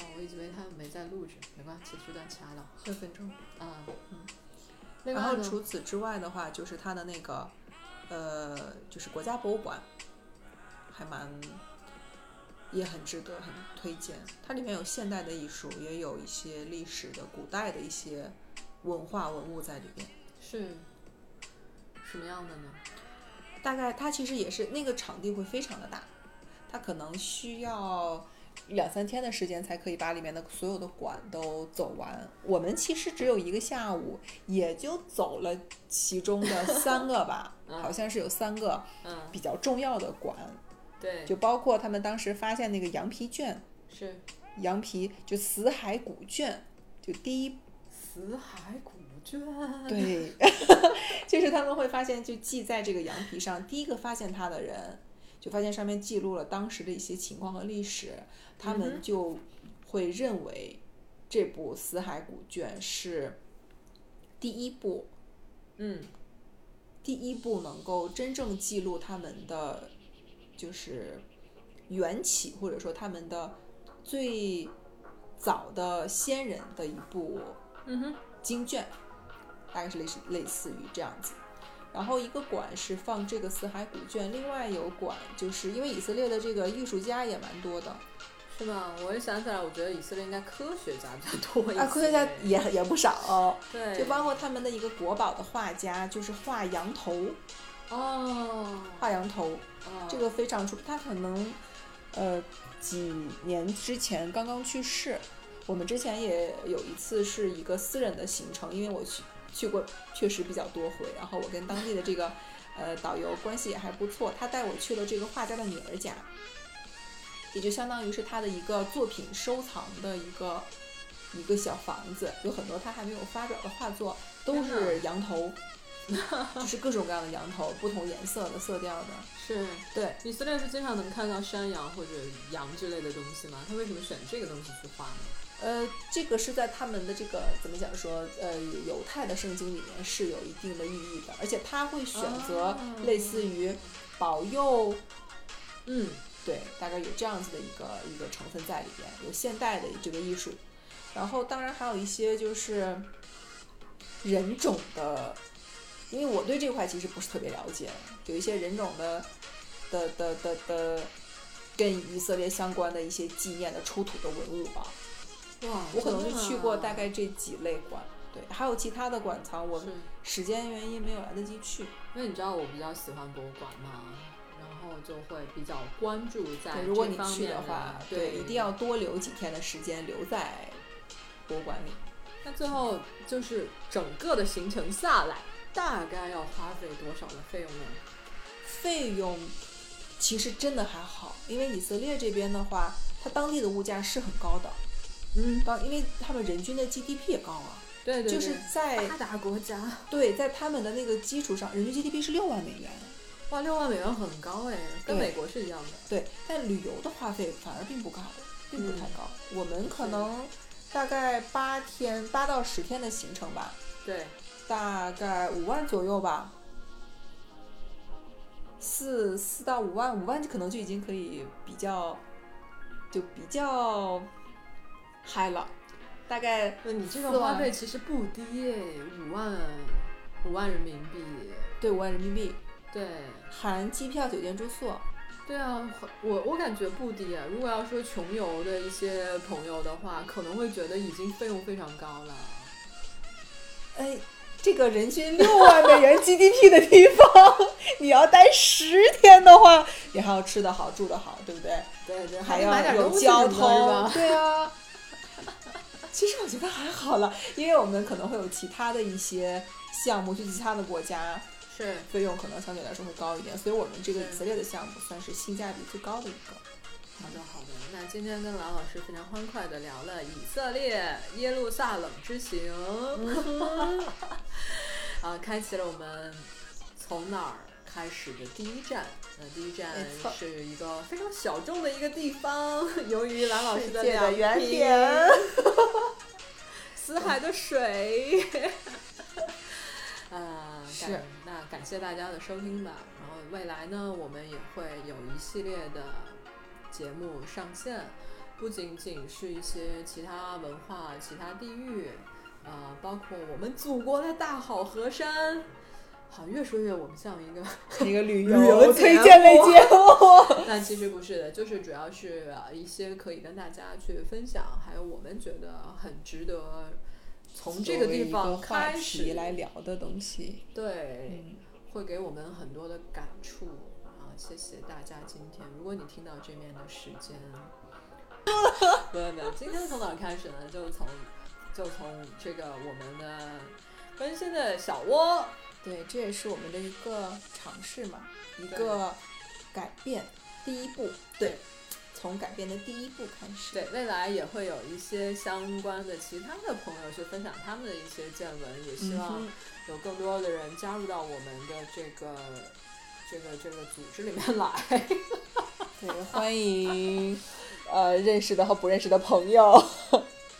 Speaker 1: 哦，我以为他们没在录制，没关系，这段掐了。
Speaker 2: 六分钟。
Speaker 1: 啊，嗯。另
Speaker 2: 然
Speaker 1: 外
Speaker 2: 后
Speaker 1: 呢？
Speaker 2: 除此之外的话，就是它的那个呃，就是国家博物馆，还蛮也很值得，很推荐。它里面有现代的艺术，也有一些历史的、古代的一些文化文物在里面。
Speaker 1: 是什么样的呢？
Speaker 2: 大概它其实也是那个场地会非常的大，它可能需要两三天的时间才可以把里面的所有的馆都走完。我们其实只有一个下午，也就走了其中的三个吧，
Speaker 1: (laughs) 嗯
Speaker 2: 好像是有三个
Speaker 1: 嗯，
Speaker 2: 比较重要的馆，
Speaker 1: 对，
Speaker 2: 就包括他们当时发现那个羊皮卷，
Speaker 1: 是
Speaker 2: 羊皮就死海古卷，就第一
Speaker 1: 死海古卷。
Speaker 2: 对，就是他们会发现，就记在这个羊皮上，第一个发现它的人，就发现上面记录了当时的一些情况和历史，他
Speaker 1: 嗯
Speaker 2: 们就会认为这部《死海古卷》是第一部，
Speaker 1: 嗯，
Speaker 2: 第一部能够真正记录他们的就是缘起，或者说他们的最早的先人的一部
Speaker 1: 嗯哼，
Speaker 2: 经卷，大概是类似类似于这样子。然后一个馆是放这个死海古卷，另外有馆就是因为以色列的这个艺术家也蛮多的
Speaker 1: 是吧？我一想起来，我觉得以色列应该科学家比较多一些。
Speaker 2: 啊，科学家也也不少、
Speaker 1: 对，
Speaker 2: 就包括他们的一个国宝的画家，就是画羊头，
Speaker 1: 哦，
Speaker 2: 画羊头
Speaker 1: 哦
Speaker 2: 这个非常出，他可能呃几年之前刚刚去世。我们之前也有一次是一个私人的行程，因为我去去过确实比较多回，然后我跟当地的这个呃导游关系也还不错，他带我去了这个画家的女儿家，也就相当于是他的一个作品收藏的一个一个小房子，有很多他还没有发表的画作都
Speaker 1: 天哪
Speaker 2: 是羊头， (laughs) 就是各种各样的羊头，不同颜色的色调的，
Speaker 1: 是
Speaker 2: 对。
Speaker 1: 以色列是经常能看到山羊或者羊之类的东西吗？他为什么选这个东西去画呢？
Speaker 2: 呃，这个是在他们的这个怎么讲说，呃，犹太的圣经里面是有一定的意义的，而且他会选择
Speaker 1: 哦
Speaker 2: 类似于保佑，
Speaker 1: 嗯，
Speaker 2: 对，大概有这样子的一个一个成分在里边，有现代的这个艺术，然后当然还有一些就是人种的，因为我对这块其实不是特别了解，有一些人种的的的的的跟以色列相关的一些纪念的出土的文物吧。
Speaker 1: 哇，
Speaker 2: 嗯我可能
Speaker 1: 真的
Speaker 2: 是
Speaker 1: 啊
Speaker 2: 去过大概这几类馆，对，还有其他的馆藏，我
Speaker 1: 是
Speaker 2: 时间原因没有来得及去。
Speaker 1: 因为你知道我比较喜欢博物馆嘛，然后就会比较关注在
Speaker 2: 对，如果
Speaker 1: 这
Speaker 2: 你
Speaker 1: 方
Speaker 2: 去
Speaker 1: 面
Speaker 2: 的话，
Speaker 1: 对，
Speaker 2: 一定要。多留几天的时间留在博物馆里。
Speaker 1: 那最后就是整个的行程下来，大概要花费多少的费用呢？
Speaker 2: 费用其实真的还好，因为以色列这边的话，它当地的物价是很高的，
Speaker 1: 嗯，
Speaker 2: 当因为他们人均的 GDP 也高啊，
Speaker 1: 对对对，啊
Speaker 2: 就是在
Speaker 3: 发达国家，
Speaker 2: 对在他们的那个基础上，人均 GDP 是六万美元。
Speaker 1: 哇，六万美元很高哎，跟
Speaker 2: 对
Speaker 1: 美国是一样的。
Speaker 2: 对，但旅游的花费反而并不高，并不太
Speaker 1: 嗯
Speaker 2: 高。我们可
Speaker 1: 是
Speaker 2: 能大概八天八到十天的行程吧，
Speaker 1: 对，
Speaker 2: 大概五万左右吧，四四到五万，五万可能就已经可以比较，就比较嗨了，大概
Speaker 1: 那你这
Speaker 2: 四
Speaker 1: 个
Speaker 2: 万
Speaker 1: 花费其实不低哎，五万五万人民币。
Speaker 2: 对五万人民币，
Speaker 1: 对，
Speaker 2: 含机票、酒店、住宿。
Speaker 1: 对啊，我我感觉不低啊。如果要说穷游的一些朋友的话，可能会觉得已经费用非常高了。
Speaker 2: 哎，这个人均六万美元 GDP 的地方，你要待十天的话，你还要吃得好、住得好，对不对？
Speaker 1: 对对，
Speaker 2: 还
Speaker 1: 得买
Speaker 2: 要
Speaker 1: 点
Speaker 2: 有
Speaker 1: 东西什么
Speaker 2: 交
Speaker 1: 的是
Speaker 2: 通
Speaker 1: 吧，
Speaker 2: 对啊。其实我觉得还好了，因为我们可能会有其他的一些项目去其他的国家，
Speaker 1: 是
Speaker 2: 费用可能相对来说会高一点，所以我们这个以
Speaker 1: 是
Speaker 2: 色列的项目算是性价比最高的一个。
Speaker 1: 好的好的。那今天跟郎老师非常欢快的聊了以色列耶路撒冷之行，
Speaker 2: 嗯
Speaker 1: (laughs) 啊，开启了我们从哪儿开始的第一站。那第一站
Speaker 2: 没错
Speaker 1: 是一个非常小众的一个地方，由于郎老师的
Speaker 2: 世界的
Speaker 1: 两
Speaker 2: 原
Speaker 1: 瓶
Speaker 2: 点，
Speaker 1: (laughs) 死海的水。 (laughs) 呃，
Speaker 2: 是
Speaker 1: 感那感谢大家的收听吧。然后未来呢，我们也会有一系列的节目上线，不仅仅是一些其他文化、其他地域，呃，包括我们祖国的大好河山，好，越说越我们像 (laughs) 一个
Speaker 2: 一个旅
Speaker 1: 旅游推荐类节目。但其实不是的，就是主要是呃一些可以跟大家去分享，还有我们觉得很值得从这个地方开始
Speaker 2: 来聊的东西。嗯
Speaker 1: 对，会给我们很多的感触。啊，谢谢大家今天。如果你听到这面的时间，没有没有，今天从哪儿开始呢？就从就从这个我们的温馨的小窝，
Speaker 2: 对，这也是我们的一个尝试嘛，一
Speaker 1: 对
Speaker 2: 个改变第一步，
Speaker 1: 对，
Speaker 2: 从改变的第一步开始。
Speaker 1: 对，未来也会有一些相关的其他的朋友去分享他们的一些见闻，也希
Speaker 2: 嗯
Speaker 1: 望
Speaker 2: 哼，
Speaker 1: 有更多的人加入到我们的这个这个这个组织里面来。 (laughs)
Speaker 2: 对，欢迎呃认识的和不认识的朋友。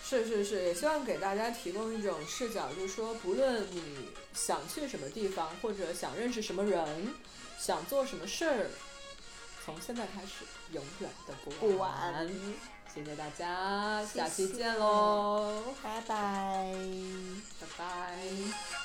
Speaker 1: 是是是，也希望给大家提供一种视角，就是说，不论你想去什么地方，或者想认识什么人，想做什么事儿，从现在开始，永远都不
Speaker 2: (laughs) 不晚
Speaker 1: 谢谢大家，下期
Speaker 2: 谢谢
Speaker 1: 见喽，
Speaker 2: 拜拜。
Speaker 1: 拜拜。